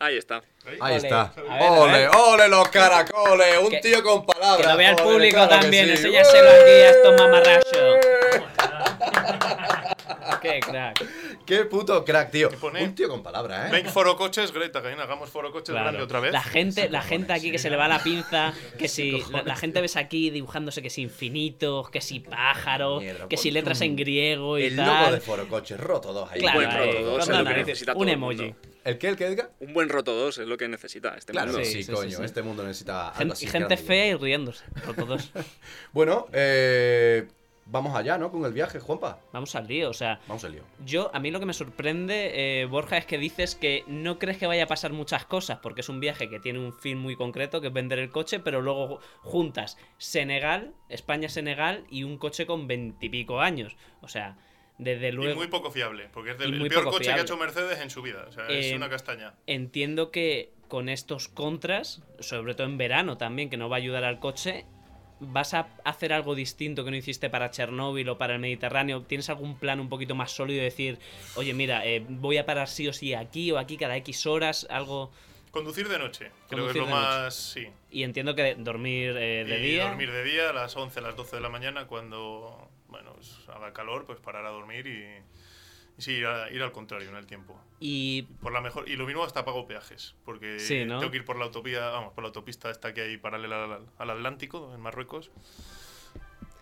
[SPEAKER 2] Ahí está.
[SPEAKER 6] Ahí.
[SPEAKER 7] Ole.
[SPEAKER 4] Ahí está.
[SPEAKER 7] A ver, a
[SPEAKER 4] ¡Ole,
[SPEAKER 7] ver.
[SPEAKER 4] ole los caracoles! Un
[SPEAKER 7] Que-
[SPEAKER 4] tío con
[SPEAKER 7] Que
[SPEAKER 4] palabras.
[SPEAKER 7] lo vea el
[SPEAKER 4] joder,
[SPEAKER 7] público
[SPEAKER 4] claro que
[SPEAKER 7] también,
[SPEAKER 4] sí.
[SPEAKER 7] enséñaselo aquí a estos mamarrachos. Ah, Qué crack.
[SPEAKER 4] ¡Qué puto crack, tío!
[SPEAKER 6] pone?
[SPEAKER 4] Un tío con palabras, ¿eh?
[SPEAKER 6] Make foro coches, Greta, que hagamos foro coches
[SPEAKER 7] Claro.
[SPEAKER 6] grande otra vez.
[SPEAKER 7] La gente, la gente aquí que se le va la pinza, que si la, la gente ves aquí dibujándose que si infinitos, que si pájaros,
[SPEAKER 4] Mierda,
[SPEAKER 7] que si
[SPEAKER 4] ponte
[SPEAKER 7] letras en griego y
[SPEAKER 4] El logo
[SPEAKER 7] tal.
[SPEAKER 4] de Foro Coche, roto dos ahí.
[SPEAKER 7] Claro,
[SPEAKER 2] Buen
[SPEAKER 7] ahí,
[SPEAKER 2] roto dos,
[SPEAKER 7] roto
[SPEAKER 2] es lo que
[SPEAKER 7] narices,
[SPEAKER 2] necesita todo
[SPEAKER 7] un
[SPEAKER 2] el
[SPEAKER 7] emoji.
[SPEAKER 2] mundo.
[SPEAKER 4] ¿El qué? ¿El qué, Edgar?
[SPEAKER 2] Un buen roto 2 es lo que necesita este
[SPEAKER 4] Claro,
[SPEAKER 2] mundo.
[SPEAKER 4] sí,
[SPEAKER 1] Sí, sí,
[SPEAKER 4] coño.
[SPEAKER 1] sí, sí.
[SPEAKER 4] Este mundo necesita. algo
[SPEAKER 1] Gen-
[SPEAKER 4] así,
[SPEAKER 1] y gente
[SPEAKER 4] claro.
[SPEAKER 1] fea y riéndose. por todos.
[SPEAKER 4] Bueno, eh, vamos allá, ¿no? Con el viaje, Juanpa.
[SPEAKER 1] Vamos al lío, o sea.
[SPEAKER 4] Vamos al lío.
[SPEAKER 1] Yo, a mí lo que me sorprende, eh, Borja, es que dices que no crees que vaya a pasar muchas cosas, porque es un viaje que tiene un fin muy concreto, que es vender el coche, pero luego juntas Senegal, España-Senegal y un coche con veintipico años. O sea, desde
[SPEAKER 6] Y
[SPEAKER 1] luego...
[SPEAKER 6] muy poco fiable, porque es
[SPEAKER 1] Y
[SPEAKER 6] del, el
[SPEAKER 1] muy
[SPEAKER 6] peor
[SPEAKER 1] poco
[SPEAKER 6] coche que
[SPEAKER 1] fiable.
[SPEAKER 6] ha hecho Mercedes en su vida. O sea, es
[SPEAKER 1] Eh,
[SPEAKER 6] una castaña.
[SPEAKER 1] Entiendo que con estos contras, sobre todo en verano también, que no va a ayudar al coche, ¿vas a hacer algo distinto que no hiciste para Chernóbil o para el Mediterráneo? ¿Tienes algún plan un poquito más sólido de decir, oye, mira, eh, voy a parar sí o sí aquí o aquí cada X horas, algo...
[SPEAKER 6] Conducir de noche, creo que es
[SPEAKER 1] Conducir
[SPEAKER 6] lo
[SPEAKER 1] de noche.
[SPEAKER 6] más. Sí.
[SPEAKER 1] Y entiendo que dormir eh, de
[SPEAKER 6] Y
[SPEAKER 1] día...
[SPEAKER 6] dormir de día a las 11, a las 12 de la mañana, cuando bueno, pues, haga calor, pues parar a dormir y, y sí, ir, a- ir al contrario en el tiempo.
[SPEAKER 1] Y
[SPEAKER 6] Por la mejor, y lo mismo hasta pago peajes, porque
[SPEAKER 1] Sí, ¿no?
[SPEAKER 6] tengo que ir por la autovía, vamos, por la autopista esta que hay paralela al, al Atlántico, en Marruecos.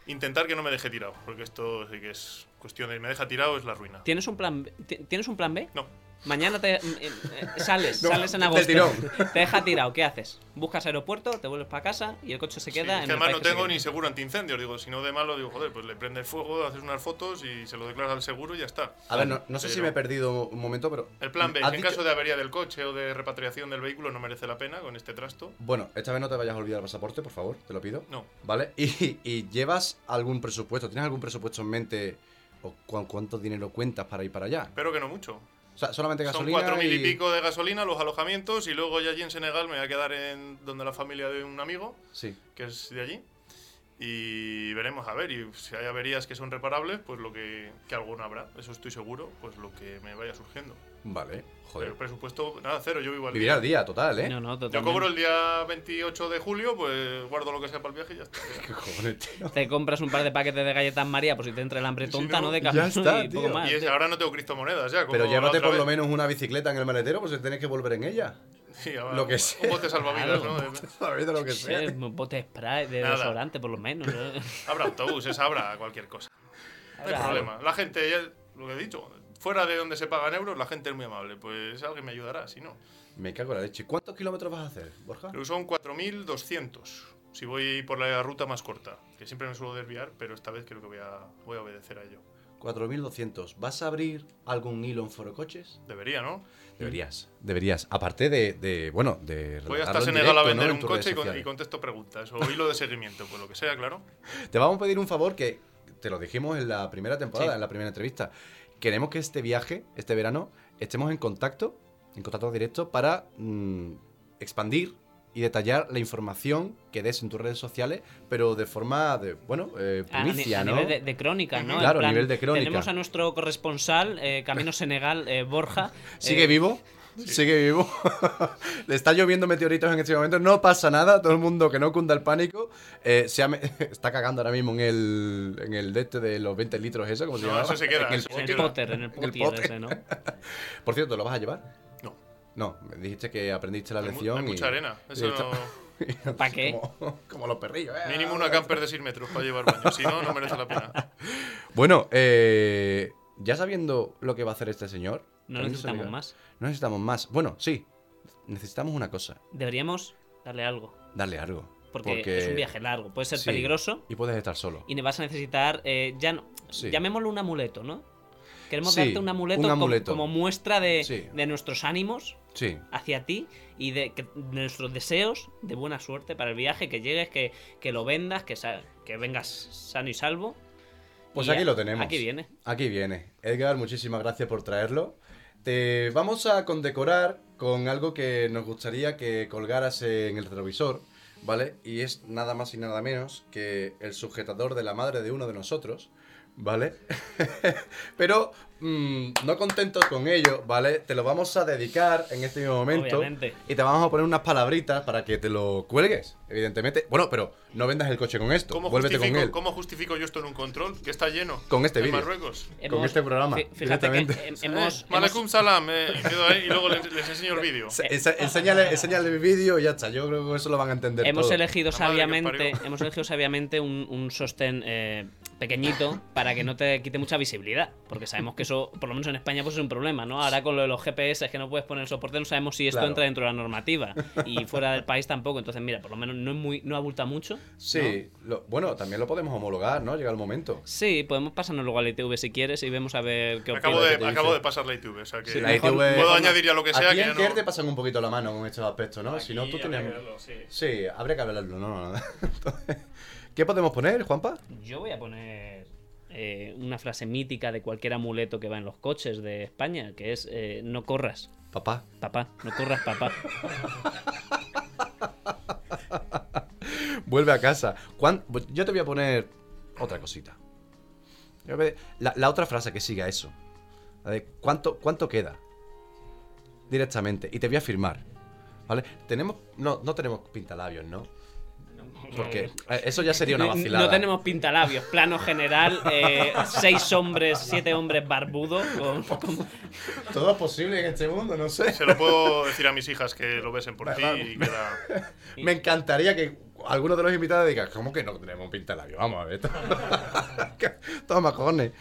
[SPEAKER 6] Intentar que no me deje tirado, porque esto sí que es cuestión de me deja tirado, es la ruina.
[SPEAKER 1] ¿tienes un plan B? ti- ¿Tienes un plan B?
[SPEAKER 6] No,
[SPEAKER 1] Mañana te eh, eh, sales,
[SPEAKER 4] No,
[SPEAKER 1] sales en
[SPEAKER 4] del
[SPEAKER 1] agosto.
[SPEAKER 4] tirón.
[SPEAKER 1] Te deja tirado, ¿qué haces? Buscas aeropuerto, te vuelves para casa y el coche se
[SPEAKER 6] Sí,
[SPEAKER 1] queda en
[SPEAKER 6] es que
[SPEAKER 1] el
[SPEAKER 6] además
[SPEAKER 1] país
[SPEAKER 6] no
[SPEAKER 1] que se
[SPEAKER 6] tengo
[SPEAKER 1] quede.
[SPEAKER 6] ni seguro antiincendios, digo, si no de malo, digo, joder, pues le prende el fuego, haces unas fotos y se lo declaras al seguro y ya está.
[SPEAKER 4] A ver, no, no sé si
[SPEAKER 6] Pero-
[SPEAKER 4] me he perdido un momento, pero.
[SPEAKER 6] El plan B,
[SPEAKER 4] ¿Has
[SPEAKER 6] en
[SPEAKER 4] dicho-
[SPEAKER 6] caso de avería del coche o de repatriación del vehículo no merece la pena con este trasto.
[SPEAKER 4] Bueno, esta vez no te vayas a olvidar el pasaporte, por favor, te lo pido.
[SPEAKER 6] No.
[SPEAKER 4] ¿Vale? Y, y llevas algún presupuesto, ¿tienes algún presupuesto en mente? ¿O cu- cuánto dinero cuentas para ir para allá?
[SPEAKER 6] Pero que no mucho.
[SPEAKER 4] O sea, solamente
[SPEAKER 6] Son
[SPEAKER 4] gasolina.
[SPEAKER 6] cuatro mil
[SPEAKER 4] y...
[SPEAKER 6] y pico de gasolina, los alojamientos y luego ya allí en Senegal me voy a quedar en donde la familia de un amigo,
[SPEAKER 4] Sí.
[SPEAKER 6] que es de allí. Y veremos, a ver, y si hay averías que son reparables, pues lo que, que alguna habrá, eso estoy seguro, pues lo que me vaya surgiendo.
[SPEAKER 4] Vale,
[SPEAKER 6] Pero
[SPEAKER 4] joder.
[SPEAKER 6] el presupuesto, nada, cero, yo vivo al
[SPEAKER 4] Vivir
[SPEAKER 6] día.
[SPEAKER 4] al día, total, ¿eh?
[SPEAKER 1] No, no,
[SPEAKER 6] Yo
[SPEAKER 1] totalmente.
[SPEAKER 6] cobro el día 28 de julio, pues guardo lo que sea para el viaje y ya está.
[SPEAKER 4] Qué cojones, tío.
[SPEAKER 1] Te compras un par de paquetes de galletas María por si te entra el hambre
[SPEAKER 6] Si
[SPEAKER 1] tonta,
[SPEAKER 6] no,
[SPEAKER 1] ¿no? De
[SPEAKER 4] ya
[SPEAKER 1] camino
[SPEAKER 4] está,
[SPEAKER 1] y poco
[SPEAKER 4] tío.
[SPEAKER 1] más.
[SPEAKER 6] Y es-
[SPEAKER 1] tío.
[SPEAKER 6] ahora no tengo criptomonedas ya. Como
[SPEAKER 4] Ah, Pero
[SPEAKER 6] la
[SPEAKER 4] llévate
[SPEAKER 6] otra
[SPEAKER 4] por lo
[SPEAKER 6] vez.
[SPEAKER 4] menos una bicicleta en el maletero, pues tenés que volver en ella.
[SPEAKER 6] Sí, ya va,
[SPEAKER 4] lo que
[SPEAKER 6] un-
[SPEAKER 4] sea.
[SPEAKER 6] Un bote salvavidas,
[SPEAKER 1] Claro.
[SPEAKER 6] ¿no?
[SPEAKER 4] Sabéis de lo que
[SPEAKER 1] Sí,
[SPEAKER 4] sea.
[SPEAKER 1] un bote de spray de
[SPEAKER 6] Nada.
[SPEAKER 1] restaurante, por lo menos. ¿no?
[SPEAKER 6] Habrá autobuses, habrá cualquier cosa. No hay
[SPEAKER 1] Habrá
[SPEAKER 6] problema. La gente, ya lo que he dicho, fuera de donde se pagan euros, la gente es muy amable. Pues alguien me ayudará, si no.
[SPEAKER 4] Me cago en la leche. ¿Cuántos kilómetros vas a hacer, Borja?
[SPEAKER 6] Pero son 4.200. Si voy por la ruta más corta, que siempre me suelo desviar, pero esta vez creo que voy a, voy a obedecer a ello.
[SPEAKER 4] 4.200. ¿Vas a abrir algún hilo en Forocoches?
[SPEAKER 6] Debería, ¿no?
[SPEAKER 4] Deberías, deberías. Aparte de, de, bueno, de...
[SPEAKER 6] Voy hasta
[SPEAKER 4] relatarlo en
[SPEAKER 6] Senegal a
[SPEAKER 4] directo, ¿no?
[SPEAKER 6] vender
[SPEAKER 4] en
[SPEAKER 6] un
[SPEAKER 4] tus
[SPEAKER 6] coche y,
[SPEAKER 4] redes
[SPEAKER 6] con- y
[SPEAKER 4] sociales.
[SPEAKER 6] contesto preguntas. O hilo de seguimiento, pues lo que sea, claro.
[SPEAKER 4] Te vamos a pedir un favor que te lo dijimos en la primera temporada, en la primera entrevista. Queremos que este viaje, este verano, estemos en contacto, en contacto directo, para mm, expandir y detallar la información que des en tus redes sociales, pero de forma de, bueno, eh,
[SPEAKER 1] A, a Ah, ni-
[SPEAKER 4] primicia,
[SPEAKER 1] a
[SPEAKER 4] ¿no?
[SPEAKER 1] nivel de, de crónica, ¿no? En
[SPEAKER 4] Claro, a nivel de crónica.
[SPEAKER 1] Tenemos a nuestro corresponsal, eh, Camino Senegal, eh, Borja.
[SPEAKER 4] ¿Sigue
[SPEAKER 1] eh,
[SPEAKER 4] vivo? Sigue vivo. Le está lloviendo meteoritos en este momento. No pasa nada. Todo el mundo que no cunda el pánico. eh, se ha me- está cagando ahora mismo en el, en el de este de los 20 litros, eso, como se
[SPEAKER 6] No,
[SPEAKER 4] llamaba.
[SPEAKER 6] eso se queda,
[SPEAKER 4] En el
[SPEAKER 6] eso
[SPEAKER 1] En
[SPEAKER 4] pote.
[SPEAKER 1] el
[SPEAKER 6] Queda.
[SPEAKER 1] Potter, en el
[SPEAKER 4] En el
[SPEAKER 1] Potter
[SPEAKER 4] Potter.
[SPEAKER 1] ese, ¿no?
[SPEAKER 4] Por cierto, ¿lo vas a llevar?
[SPEAKER 6] No.
[SPEAKER 4] No, me dijiste que aprendiste la
[SPEAKER 6] Hay, mu-
[SPEAKER 4] lección.
[SPEAKER 6] hay
[SPEAKER 4] y-
[SPEAKER 6] mucha arena.
[SPEAKER 4] y
[SPEAKER 6] Eso
[SPEAKER 4] está-
[SPEAKER 6] no-
[SPEAKER 1] ¿Para qué?
[SPEAKER 4] Pues Como, como los perrillos. eh.
[SPEAKER 6] Mínimo una camper de 6 metros para llevar baño. Si no, no merece la pena.
[SPEAKER 4] Bueno, eh, ya sabiendo lo que va a hacer este señor.
[SPEAKER 1] No
[SPEAKER 4] Camino
[SPEAKER 1] necesitamos
[SPEAKER 4] Senegal.
[SPEAKER 1] más.
[SPEAKER 4] No necesitamos más. Bueno, sí. Necesitamos una cosa.
[SPEAKER 1] Deberíamos darle algo.
[SPEAKER 4] Darle algo.
[SPEAKER 1] Porque, es un viaje largo, puede ser
[SPEAKER 4] Sí.
[SPEAKER 1] peligroso
[SPEAKER 4] Y puedes estar solo.
[SPEAKER 1] y ne- vas a necesitar, eh, ya no-
[SPEAKER 4] Sí.
[SPEAKER 1] llamémoslo un amuleto, ¿no? Queremos
[SPEAKER 4] Sí,
[SPEAKER 1] darte un amuleto,
[SPEAKER 4] un
[SPEAKER 1] com-
[SPEAKER 4] amuleto.
[SPEAKER 1] Como, muestra de,
[SPEAKER 4] Sí.
[SPEAKER 1] de nuestros ánimos
[SPEAKER 4] Sí.
[SPEAKER 1] hacia ti y de, que- de nuestros deseos de buena suerte para el viaje, que llegues, que, que lo vendas, que, sa- que vengas sano y salvo.
[SPEAKER 4] Pues
[SPEAKER 1] Y
[SPEAKER 4] aquí
[SPEAKER 1] ya,
[SPEAKER 4] lo tenemos.
[SPEAKER 1] Aquí viene.
[SPEAKER 4] Aquí viene. Edgar, muchísimas gracias por traerlo. Te vamos a condecorar con algo que nos gustaría que colgaras en el retrovisor, ¿vale? Y es nada más y nada menos que el sujetador de la madre de uno de nosotros, ¿vale? Pero mm, no contentos con ello, ¿vale? Te lo vamos a dedicar en este mismo momento.
[SPEAKER 1] Obviamente.
[SPEAKER 4] Y te vamos a poner unas palabritas para que te lo cuelgues, evidentemente. Bueno, pero no vendas el coche con esto.
[SPEAKER 6] ¿Cómo
[SPEAKER 4] Vuélvete con él.
[SPEAKER 6] justifico, cómo justifico yo esto en un control que está lleno?
[SPEAKER 4] Con este
[SPEAKER 6] en
[SPEAKER 4] vídeo.
[SPEAKER 6] Marruecos.
[SPEAKER 4] Con este programa,
[SPEAKER 1] fí- Fíjate que
[SPEAKER 4] directamente.
[SPEAKER 1] hem- hemos,
[SPEAKER 6] Eh,
[SPEAKER 1] hemos-
[SPEAKER 6] Malaikum salam. eh, quedo ahí y luego les, les enseño el vídeo.
[SPEAKER 4] Se- ense- enséñale, enséñale el vídeo y ya está. Yo creo que eso lo van a entender.
[SPEAKER 1] hemos
[SPEAKER 4] todo.
[SPEAKER 1] elegido
[SPEAKER 6] La madre que os
[SPEAKER 1] sabiamente,
[SPEAKER 6] parió.
[SPEAKER 1] hemos elegido sabiamente un, un sostén eh, pequeñito para que no te quite mucha visibilidad, porque sabemos que eso eso, por lo menos en España, pues es un problema, ¿no? Ahora con lo de los GPS que no puedes poner el soporte, no sabemos si esto
[SPEAKER 4] Claro.
[SPEAKER 1] entra dentro de la normativa. Y fuera del país tampoco. Entonces, mira, por lo menos no es muy, no abulta mucho.
[SPEAKER 4] Sí, lo- bueno, también lo podemos homologar, ¿no? Llega el momento.
[SPEAKER 1] Sí, podemos pasarnos luego al ITV si quieres y vemos a ver qué
[SPEAKER 6] Acabo
[SPEAKER 1] opinas.
[SPEAKER 4] que te
[SPEAKER 6] de, acabo
[SPEAKER 4] dice.
[SPEAKER 6] de pasar la ITV, o sea que
[SPEAKER 4] Sí, la ITV
[SPEAKER 6] puedo añadir ya lo que sea.
[SPEAKER 4] Aquí
[SPEAKER 6] que
[SPEAKER 4] en
[SPEAKER 6] ya no-
[SPEAKER 4] Kier te pasan un poquito la mano con estos aspectos, ¿no? si no,
[SPEAKER 6] Aquí
[SPEAKER 4] tú
[SPEAKER 6] habrá
[SPEAKER 4] tienes...
[SPEAKER 6] que verlo, sí.
[SPEAKER 4] Sí, habría que hablarlo, no, no, no. Entonces, ¿Qué podemos poner, Juanpa?
[SPEAKER 1] Yo voy a poner eh, una frase mítica de cualquier amuleto que va en los coches de España, que es eh, no corras,
[SPEAKER 4] Papá.
[SPEAKER 1] papá, no corras, papá.
[SPEAKER 4] Vuelve a casa. Cuán- pues Yo te voy a poner otra cosita. Yo ve- La, la otra frase que siga eso. La de ¿cuánto, ¿Cuánto queda? Directamente. Y te voy a firmar. ¿Vale? Tenemos. No, no tenemos pintalabios, ¿no? Porque eh, eso ya sería una
[SPEAKER 1] No-
[SPEAKER 4] vacilada.
[SPEAKER 1] No tenemos pintalabios, plano general, eh, seis hombres, siete hombres barbudos. con- con-
[SPEAKER 4] Todo es posible en este mundo, no sé.
[SPEAKER 6] Se lo puedo decir a mis hijas que lo besen por ti y queda.
[SPEAKER 4] Me encantaría que alguno de los invitados diga, ¿cómo que no tenemos pintalabios? Vamos a ver. Toma, cojones.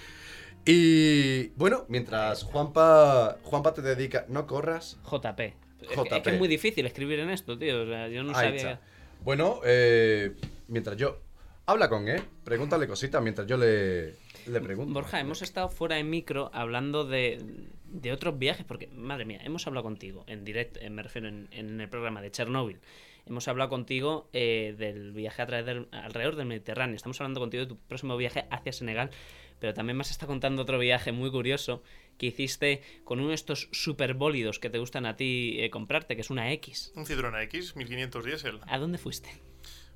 [SPEAKER 4] Y bueno, mientras Juanpa, Juanpa te dedica, no corras.
[SPEAKER 1] JP. Es que- Es que
[SPEAKER 4] JP.
[SPEAKER 1] es muy difícil escribir en esto, tío. o sea, yo no
[SPEAKER 4] Ahí
[SPEAKER 1] sabía.
[SPEAKER 4] está. Bueno, eh, mientras yo... Habla con él, pregúntale cositas mientras yo le, le pregunto.
[SPEAKER 1] Borja, hemos estado fuera de micro hablando de, de otros viajes, porque, madre mía, hemos hablado contigo en directo, eh, me refiero en, en el programa de Chernóbil. Hemos hablado contigo eh, del viaje a través del- alrededor del Mediterráneo. Estamos hablando contigo de tu próximo viaje hacia Senegal, pero también me has estado contando otro viaje muy curioso que hiciste con uno de estos superbólidos que te gustan a ti eh, comprarte, que es una X.
[SPEAKER 6] Un Citroën AX 1500 diésel.
[SPEAKER 1] ¿A dónde fuiste?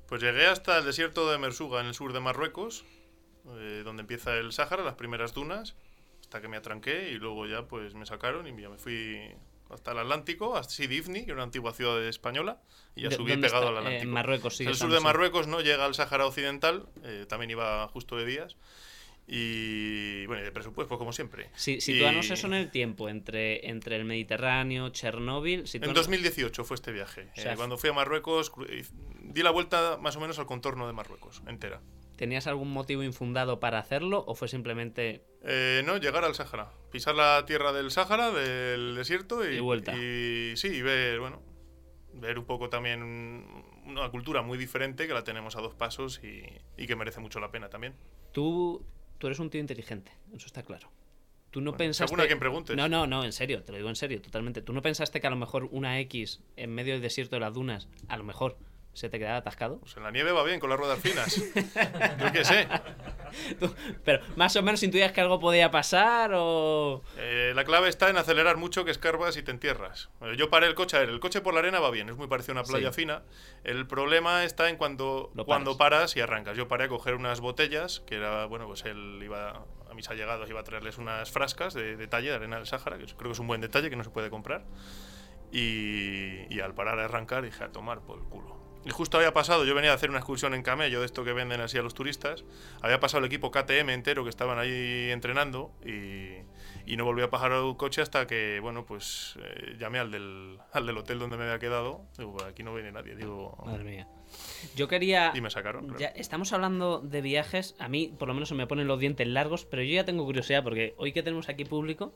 [SPEAKER 6] Pues llegué hasta el desierto de Mersuga, en el sur de Marruecos, eh, donde empieza el Sáhara, las primeras dunas, hasta que me atranqué y luego ya pues me sacaron y ya me fui hasta el Atlántico, a Sidifni, que era una antigua ciudad española, y ya
[SPEAKER 1] ¿Dó-
[SPEAKER 6] subí
[SPEAKER 1] dónde
[SPEAKER 6] pegado
[SPEAKER 1] está?
[SPEAKER 6] al
[SPEAKER 1] Eh,
[SPEAKER 6] Atlántico.
[SPEAKER 1] en Marruecos,
[SPEAKER 6] O sea,
[SPEAKER 1] sigue
[SPEAKER 6] el sur
[SPEAKER 1] estando,
[SPEAKER 6] de
[SPEAKER 1] sí.
[SPEAKER 6] Marruecos no llega al Sáhara Occidental, eh, también iba justo de días. Y bueno, y de presupuesto, como siempre.
[SPEAKER 1] Si,
[SPEAKER 6] no
[SPEAKER 1] situanos eso en el tiempo, entre, entre el Mediterráneo, Chernóbil.
[SPEAKER 6] En
[SPEAKER 1] situanos-
[SPEAKER 6] 2018 fue este viaje.
[SPEAKER 1] O sea,
[SPEAKER 6] Eh, cuando fui a Marruecos, cru- eh, di la vuelta más o menos al contorno de Marruecos, entera.
[SPEAKER 1] ¿Tenías algún motivo infundado para hacerlo o fue simplemente
[SPEAKER 6] Eh, no, llegar al Sáhara. Pisar la tierra del Sáhara, del desierto y,
[SPEAKER 1] Y vuelta.
[SPEAKER 6] y sí, y ver, bueno, ver un poco también un- una cultura muy diferente que la tenemos a dos pasos y, y que merece mucho la pena también.
[SPEAKER 1] tú tú eres un tío inteligente? Eso está claro. Tú no
[SPEAKER 6] Bueno,
[SPEAKER 1] pensaste
[SPEAKER 6] según a quien preguntes.
[SPEAKER 1] No, no, no, en serio, te lo digo en serio, totalmente. Tú no pensaste que a lo mejor una X en medio del desierto de las dunas, a lo mejor se te quedaba atascado.
[SPEAKER 6] Pues en la nieve va bien con las ruedas finas. Yo qué sé.
[SPEAKER 1] Tú- Pero más o menos intuías que algo podía pasar o
[SPEAKER 6] Eh, la clave está en acelerar mucho que escarbas y te entierras. Bueno, yo paré el coche, a ver, el coche por la arena va bien, es muy parecido a una playa
[SPEAKER 1] Sí.
[SPEAKER 6] fina. El problema está en cuando,
[SPEAKER 1] Lo
[SPEAKER 6] cuando paras y arrancas. Yo paré a coger unas botellas, que era, bueno, pues él iba a mis allegados, iba a traerles unas frascas de detalle de arena del Sáhara, que es- creo que es un buen detalle que no se puede comprar. Y, y al parar a arrancar dije a tomar por el culo. Y justo había pasado, yo venía a hacer una excursión en camello, de esto que venden así a los turistas. Había pasado el equipo KTM entero que estaban ahí entrenando y, y no volví a pasar el coche hasta que, bueno, pues eh, llamé al del, al del hotel donde me había quedado. Digo, "Pues aquí no viene nadie, digo.
[SPEAKER 1] madre mía. Yo quería
[SPEAKER 6] Y me sacaron. claro.
[SPEAKER 1] Ya estamos hablando de viajes. A mí, por lo menos, se me ponen los dientes largos, pero yo ya tengo curiosidad porque hoy que tenemos aquí público,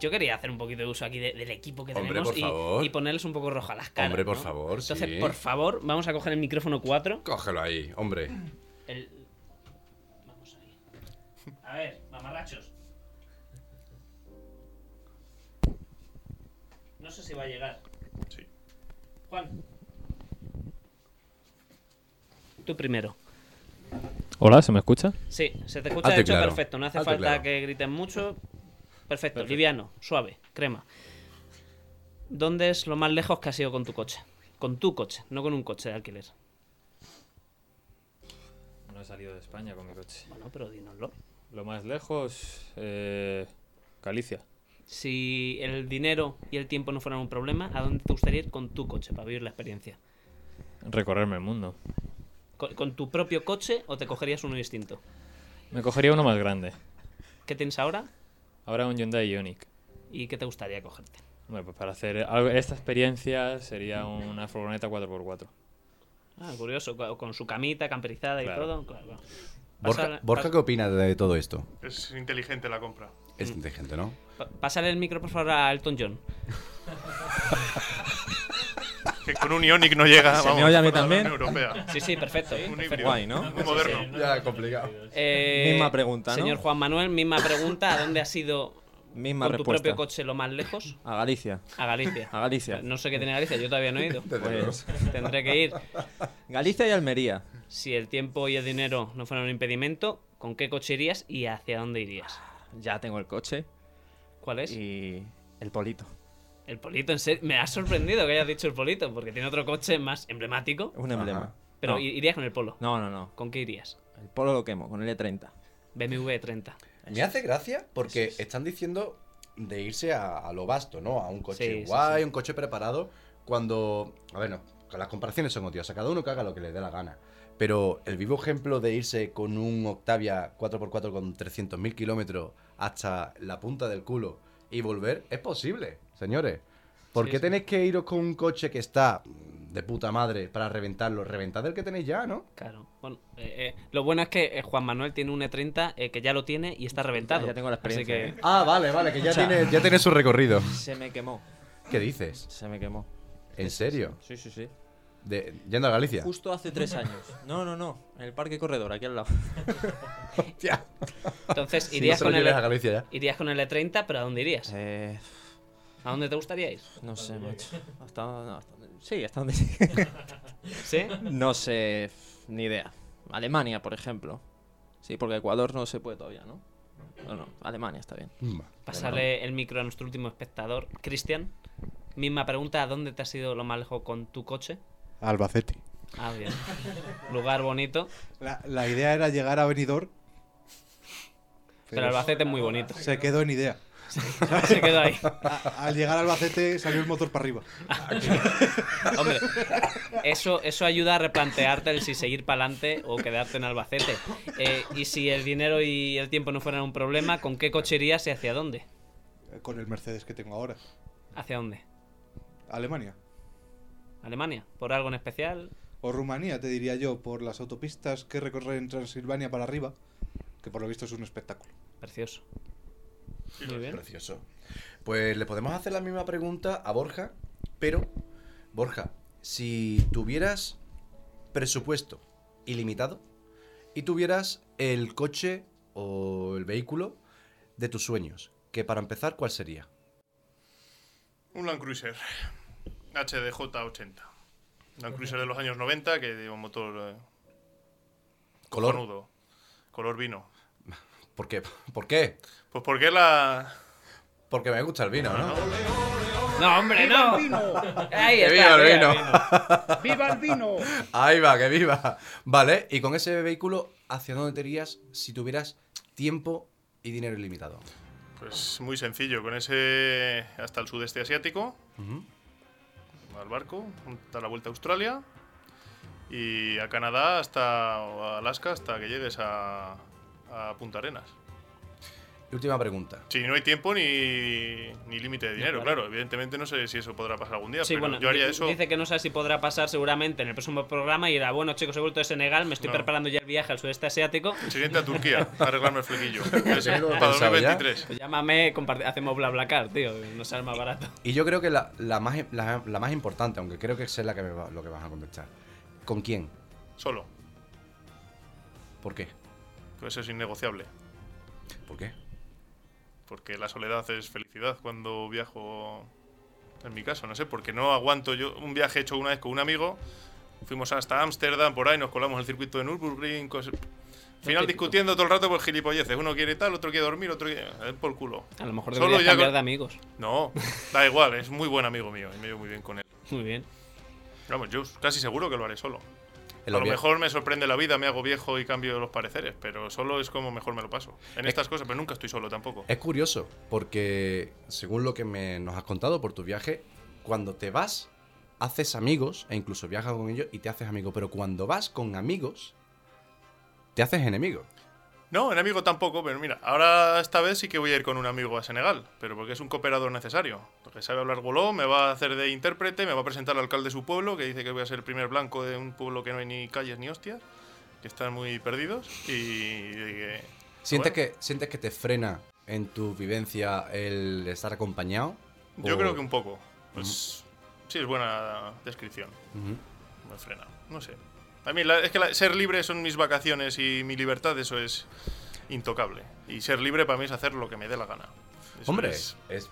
[SPEAKER 1] yo quería hacer un poquito de uso aquí de- del equipo que
[SPEAKER 4] Hombre,
[SPEAKER 1] tenemos
[SPEAKER 4] por
[SPEAKER 1] y-
[SPEAKER 4] favor.
[SPEAKER 1] Y, ponerles un poco rojo a las caras.
[SPEAKER 4] Hombre, por
[SPEAKER 1] ¿no?
[SPEAKER 4] favor,
[SPEAKER 1] Entonces,
[SPEAKER 4] sí.
[SPEAKER 1] por favor, vamos a coger el micrófono 4.
[SPEAKER 4] Cógelo ahí, hombre.
[SPEAKER 1] El... Vamos ahí. A ver, mamarrachos. No sé si va a llegar.
[SPEAKER 6] Sí.
[SPEAKER 1] Juan. Tú primero.
[SPEAKER 8] Hola, ¿se me escucha?
[SPEAKER 1] Sí, se te escucha
[SPEAKER 4] Hazte
[SPEAKER 1] de hecho
[SPEAKER 4] claro,
[SPEAKER 1] perfecto. No hace
[SPEAKER 4] hazte
[SPEAKER 1] falta
[SPEAKER 4] claro.
[SPEAKER 1] que grites mucho. Perfecto, liviano, suave, crema. ¿Dónde es lo más lejos que has ido con tu coche? Con tu coche, no con un coche de alquiler.
[SPEAKER 8] No he salido de España con mi coche.
[SPEAKER 1] Bueno, pero dínoslo.
[SPEAKER 8] Lo más lejos, eh, Galicia.
[SPEAKER 1] Si el dinero y el tiempo no fueran un problema, ¿a dónde te gustaría ir con tu coche para vivir la experiencia?
[SPEAKER 8] Recorrerme el mundo.
[SPEAKER 1] ¿Con, con tu propio coche o te cogerías uno distinto?
[SPEAKER 8] Me cogería uno más grande.
[SPEAKER 1] ¿Qué tienes ahora
[SPEAKER 8] Ahora un Hyundai Ioniq.
[SPEAKER 1] y qué te gustaría cogerte?
[SPEAKER 8] Bueno, pues para hacer algo- esta experiencia sería una furgoneta 4x4.
[SPEAKER 1] Ah, curioso, co- con su camita camperizada y
[SPEAKER 8] Claro.
[SPEAKER 1] todo. claro.
[SPEAKER 4] Borja,
[SPEAKER 1] Pasa-
[SPEAKER 4] Borja, ¿qué opina de todo esto?
[SPEAKER 6] Es inteligente la compra.
[SPEAKER 4] Es inteligente, ¿no?
[SPEAKER 1] Pa- Pásale el micro, por favor, a Elton John.
[SPEAKER 6] Que con un Ionic no llega.
[SPEAKER 9] ¿Se me
[SPEAKER 6] vamos,
[SPEAKER 9] oye a mí
[SPEAKER 6] por la Unión
[SPEAKER 9] también?
[SPEAKER 6] Europea.
[SPEAKER 1] Sí, sí, perfecto.
[SPEAKER 6] Un
[SPEAKER 1] perfecto.
[SPEAKER 6] híbrido.
[SPEAKER 9] Guay, ¿no?
[SPEAKER 6] Muy moderno.
[SPEAKER 4] Ya, complicado.
[SPEAKER 1] Eh,
[SPEAKER 9] Misma pregunta, ¿no?
[SPEAKER 1] Señor Juan Manuel, misma pregunta. ¿A dónde has ido
[SPEAKER 9] Misma
[SPEAKER 1] con tu
[SPEAKER 9] respuesta.
[SPEAKER 1] propio coche lo más lejos?
[SPEAKER 9] A Galicia.
[SPEAKER 1] A Galicia.
[SPEAKER 9] A Galicia.
[SPEAKER 1] No sé qué tiene Galicia, yo todavía no he ido.
[SPEAKER 9] Pues,
[SPEAKER 1] Tendré que ir.
[SPEAKER 9] Galicia y Almería.
[SPEAKER 1] Si el tiempo y el dinero no fueran un impedimento, ¿con qué coche irías y hacia dónde irías?
[SPEAKER 9] Ah, Ya tengo el coche
[SPEAKER 1] ¿Cuál es?
[SPEAKER 9] y el polito.
[SPEAKER 1] El Polito, en serio. Me ha sorprendido que hayas dicho el Polito, porque tiene otro coche más emblemático.
[SPEAKER 9] Un emblema.
[SPEAKER 1] Pero
[SPEAKER 9] no.
[SPEAKER 1] i- irías con el Polo.
[SPEAKER 9] no, no, no.
[SPEAKER 1] ¿Con qué irías?
[SPEAKER 9] El polo lo quemo con el E E30.
[SPEAKER 1] BMW 30.
[SPEAKER 4] Me hace gracia porque están diciendo de irse a, a lo vasto, ¿no? A un coche
[SPEAKER 1] Sí, sí,
[SPEAKER 4] guay, un coche preparado, cuando... A ver, no, que las comparaciones son odiosas, cada uno que haga lo que le dé la gana. Pero el vivo ejemplo de irse con un Octavia 4x4 con 300.000 kilómetros hasta la punta del culo y volver es posible, señores. ¿Por
[SPEAKER 1] Sí,
[SPEAKER 4] qué
[SPEAKER 1] sí.
[SPEAKER 4] tenéis que iros con un coche que está mm, de puta madre para reventarlo? Reventad el que tenéis ya, ¿no?
[SPEAKER 1] Claro. Bueno, eh, eh, lo bueno es que eh, Juan Manuel tiene un E30 eh, que ya lo tiene y está reventado.
[SPEAKER 9] Ya tengo la experiencia,
[SPEAKER 1] Así que
[SPEAKER 9] ¿eh?
[SPEAKER 4] Ah, vale, vale, que ya tiene, ya tiene su recorrido.
[SPEAKER 9] Se me quemó.
[SPEAKER 4] ¿Qué dices?
[SPEAKER 9] Se me quemó.
[SPEAKER 4] ¿En serio?
[SPEAKER 9] Sí, sí, sí.
[SPEAKER 4] De- yendo a Galicia.
[SPEAKER 9] Justo hace tres años. No, no, no. En el parque corredor, aquí al lado.
[SPEAKER 4] Hostia.
[SPEAKER 9] ¿eh?
[SPEAKER 1] entonces
[SPEAKER 4] Si
[SPEAKER 1] irías,
[SPEAKER 4] no te
[SPEAKER 1] con
[SPEAKER 4] lo
[SPEAKER 1] el,
[SPEAKER 4] lleves a Galicia ya.
[SPEAKER 1] irías con el E30, pero ¿a dónde irías?
[SPEAKER 9] Eh,
[SPEAKER 1] ¿A dónde te gustaría ir?
[SPEAKER 9] no sé, macho. Hasta, no, hasta- sí, hasta donde llegue.
[SPEAKER 1] ¿Sí?
[SPEAKER 9] No sé, ni idea. Alemania, por ejemplo. Sí, porque Ecuador no se puede todavía, ¿no? No, no. Alemania está bien.
[SPEAKER 1] Pasarle el micro a nuestro último espectador, Cristian. Misma pregunta, ¿a dónde te has ido lo más lejos con tu coche?
[SPEAKER 10] Albacete.
[SPEAKER 1] Ah, bien. Lugar bonito,
[SPEAKER 10] La, la idea era llegar a Benidorm.
[SPEAKER 1] pero Albacete es muy bonito.
[SPEAKER 10] Se quedó en idea.
[SPEAKER 1] Se quedó ahí.
[SPEAKER 10] A- al llegar a Albacete salió el motor para arriba.
[SPEAKER 1] Hombre, eso, eso ayuda a replantearte el si seguir para adelante o quedarte en Albacete. Eh, y si el dinero y el tiempo no fueran un problema, ¿con qué coche irías y hacia dónde?
[SPEAKER 10] Eh, Con el Mercedes que tengo ahora.
[SPEAKER 1] ¿Hacia dónde?
[SPEAKER 10] Alemania.
[SPEAKER 1] ¿Alemania? ¿Por algo en especial?
[SPEAKER 10] O Rumanía, te diría yo, por las autopistas que recorren Transilvania para arriba. Que por lo visto es un espectáculo.
[SPEAKER 1] Precioso.
[SPEAKER 6] Sí,
[SPEAKER 1] Muy bien.
[SPEAKER 4] Precioso. Pues le podemos hacer la misma pregunta a Borja, pero Borja, si tuvieras presupuesto ilimitado y tuvieras el coche o el vehículo de tus sueños, que para empezar, ¿cuál sería?
[SPEAKER 6] Un Land Cruiser HDJ80. Land Cruiser de los años 90 que lleva un motor eh,
[SPEAKER 4] ¿Color?
[SPEAKER 6] cojonudo, color vino.
[SPEAKER 4] ¿Por qué? ¿Por qué?
[SPEAKER 6] Pues porque es la
[SPEAKER 4] Porque me gusta el vino, ¿no?
[SPEAKER 1] ¡No, hombre, no! Ahí
[SPEAKER 4] ¡Que
[SPEAKER 1] está,
[SPEAKER 4] viva
[SPEAKER 1] mira,
[SPEAKER 4] el vino!
[SPEAKER 1] mira.
[SPEAKER 4] Ahí va, que viva. Vale, y con ese vehículo, ¿hacia dónde te irías si tuvieras tiempo y dinero ilimitado?
[SPEAKER 6] Pues muy sencillo, con ese hasta el sudeste asiático, al barco, hasta la vuelta a Australia y a Canadá hasta o a Alaska hasta que llegues a, a Punta Arenas.
[SPEAKER 4] Y última pregunta.
[SPEAKER 6] Si no hay tiempo ni, ni límite de dinero,
[SPEAKER 1] claro.
[SPEAKER 6] claro. Evidentemente no sé si eso podrá pasar algún día,
[SPEAKER 1] Sí,
[SPEAKER 6] pero
[SPEAKER 1] bueno,
[SPEAKER 6] yo haría
[SPEAKER 1] di-
[SPEAKER 6] eso.
[SPEAKER 1] dice que no sabe si podrá pasar seguramente en el próximo programa y era, bueno chicos, he vuelto de Senegal, me estoy
[SPEAKER 6] No.
[SPEAKER 1] preparando ya el viaje al sudeste asiático.
[SPEAKER 6] Siguiente a Turquía, a arreglarme el flequillo. Es
[SPEAKER 4] tengo
[SPEAKER 6] para
[SPEAKER 4] pensado ya.
[SPEAKER 6] 2023.
[SPEAKER 1] Pues llámame, comparte- hacemos bla bla car, tío, no sale más barato.
[SPEAKER 4] Y yo creo que la, la más, la, la más importante, aunque creo que es la que me va- lo que vas a contestar. ¿Con quién?
[SPEAKER 6] Solo,
[SPEAKER 4] ¿Por qué?
[SPEAKER 6] pues eso es innegociable.
[SPEAKER 4] ¿Por qué?
[SPEAKER 6] Porque la soledad es felicidad cuando viajo. En mi caso, no sé, porque no aguanto yo un viaje hecho una vez con un amigo. Fuimos hasta Ámsterdam, por ahí nos colamos el circuito de Nürburgring. cosas- Al final discutiendo todo el rato por gilipolleces. Uno quiere tal, otro quiere dormir, otro quiere. A ver, por culo.
[SPEAKER 1] A lo mejor
[SPEAKER 6] Solo
[SPEAKER 1] deberías
[SPEAKER 6] ya
[SPEAKER 1] cambiar
[SPEAKER 6] con-
[SPEAKER 1] de amigos.
[SPEAKER 6] No, da igual, es muy buen amigo mío y me llevo muy bien con él.
[SPEAKER 1] Muy bien.
[SPEAKER 6] Pero Vamos, yo casi seguro que lo haré solo. A
[SPEAKER 4] En
[SPEAKER 6] lo
[SPEAKER 4] los viajes.
[SPEAKER 6] mejor me sorprende la vida, me hago viejo y cambio los pareceres, pero solo es como mejor me lo paso. En estas cosas, pero nunca estoy solo tampoco.
[SPEAKER 4] Es curioso, porque según lo que me, nos has contado por tu viaje, cuando te vas, haces amigos, e incluso viajas con ellos y te haces amigo. Pero cuando vas con amigos, te haces enemigo.
[SPEAKER 6] No, en amigo tampoco, pero mira, ahora esta vez sí que voy a ir con un amigo a Senegal, pero porque es un cooperador necesario. Porque sabe hablar goló, me va a hacer de intérprete, me va a presentar al alcalde de su pueblo, que dice que voy a ser el primer blanco de un pueblo que no hay ni calles ni hostias. que están muy perdidos y de que-
[SPEAKER 4] ¿Sientes,
[SPEAKER 6] bueno,
[SPEAKER 4] que, ¿Sientes que te frena en tu vivencia el estar acompañado?
[SPEAKER 6] Yo
[SPEAKER 4] O-
[SPEAKER 6] creo que un poco. Pues sí, es buena descripción.
[SPEAKER 4] Ujú.
[SPEAKER 6] Me frena. No sé. A mí la- es que la- ser libre son mis vacaciones y mi libertad, eso es intocable. Y ser libre para mí es hacer lo que me dé la gana. Eso
[SPEAKER 4] Hombre,
[SPEAKER 6] es-
[SPEAKER 4] es-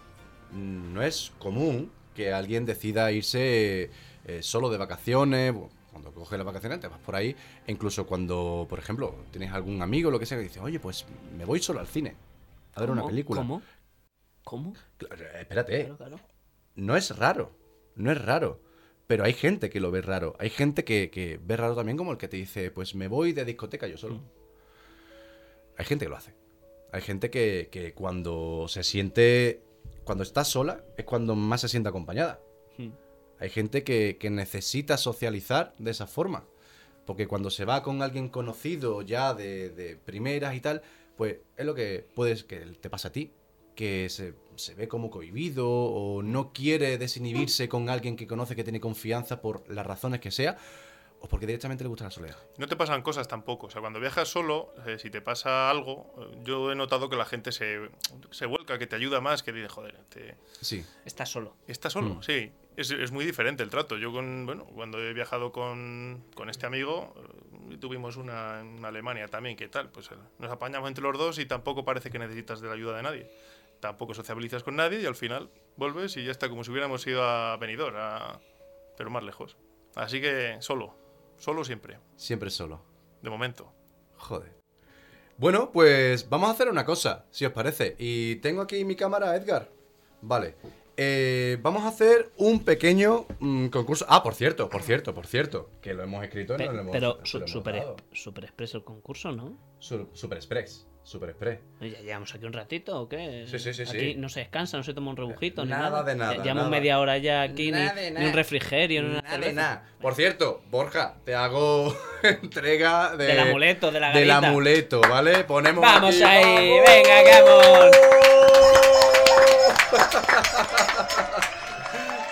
[SPEAKER 4] mm, no es común que alguien decida irse eh, solo de vacaciones. bu- Cuando coges las vacaciones te vas por ahí. E incluso cuando, por ejemplo, tienes algún amigo o lo que sea que dice, oye, pues me voy solo al cine a ver una
[SPEAKER 1] ¿Cómo?
[SPEAKER 4] película.
[SPEAKER 1] ¿Cómo? ¿Cómo?
[SPEAKER 4] Claro, eh, Espérate, eh.
[SPEAKER 1] Claro, claro.
[SPEAKER 4] no es raro, no es raro. Pero hay gente que lo ve raro. Hay gente que, que ve raro también como el que te dice, pues me voy de discoteca yo solo. Hay gente que lo hace. Hay gente que, que cuando se siente, cuando está sola, es cuando más se siente acompañada.
[SPEAKER 1] Hmm.
[SPEAKER 4] Hay gente que, que necesita socializar de esa forma. Porque cuando se va con alguien conocido ya de, de primeras y tal, pues es lo que puedes que te pasa a ti. Que se, se ve como cohibido o no quiere desinhibirse con alguien que conoce que tiene confianza por las razones que sea o porque directamente le gusta la soledad.
[SPEAKER 6] No te pasan cosas tampoco. O sea, cuando viajas solo, eh, si te pasa algo, eh, yo he notado que la gente se, se vuelca, que te ayuda más, que dice, joder, este te,
[SPEAKER 4] Sí.
[SPEAKER 1] Está solo.
[SPEAKER 6] Está solo,
[SPEAKER 4] Mm.
[SPEAKER 6] sí. Es, es muy diferente el trato. Yo con, bueno, cuando he viajado con, con este amigo, eh, tuvimos una en Alemania también, ¿qué tal? Pues eh, nos apañamos entre los dos y tampoco parece que necesitas de la ayuda de nadie. Tampoco sociabilizas con nadie y al final vuelves y ya está como si hubiéramos ido a Benidorm, a- pero más lejos. Así que solo, solo siempre,
[SPEAKER 4] Siempre solo.
[SPEAKER 6] de momento.
[SPEAKER 4] Joder. Bueno, pues vamos a hacer una cosa, si os parece. Y tengo aquí mi cámara, Edgar. Vale. Eh, vamos a hacer un pequeño mm, concurso. Ah, por cierto, por cierto, por cierto. Que lo hemos escrito y
[SPEAKER 1] Pe-
[SPEAKER 4] no lo hemos
[SPEAKER 1] pero
[SPEAKER 4] no
[SPEAKER 1] su-
[SPEAKER 4] lo hemos
[SPEAKER 1] super,
[SPEAKER 4] dado.
[SPEAKER 1] super expreso el concurso, ¿no?
[SPEAKER 4] Su- Super Express. Super Express.
[SPEAKER 1] Ya llevamos aquí un ratito o qué?
[SPEAKER 4] Sí, sí, sí, sí.
[SPEAKER 1] Aquí no se descansa, no se toma un rebujito, ni
[SPEAKER 4] Nada
[SPEAKER 1] nada.
[SPEAKER 4] de nada,
[SPEAKER 1] Ya Llevamos
[SPEAKER 4] nada.
[SPEAKER 1] media hora ya aquí, ni,
[SPEAKER 4] Nada de
[SPEAKER 1] ni
[SPEAKER 4] nada.
[SPEAKER 1] un refrigerio, ni una
[SPEAKER 4] Nada de
[SPEAKER 1] cerveza.
[SPEAKER 4] Mm, nada. Por cierto, Borja, te hago entrega de,
[SPEAKER 1] Del amuleto, de la
[SPEAKER 4] Eh, del
[SPEAKER 1] garita.
[SPEAKER 4] amuleto, ¿vale? Ponemos.
[SPEAKER 1] Vamos
[SPEAKER 4] aquí-
[SPEAKER 1] ahí,
[SPEAKER 4] ¡Vamos!
[SPEAKER 1] venga, vamos.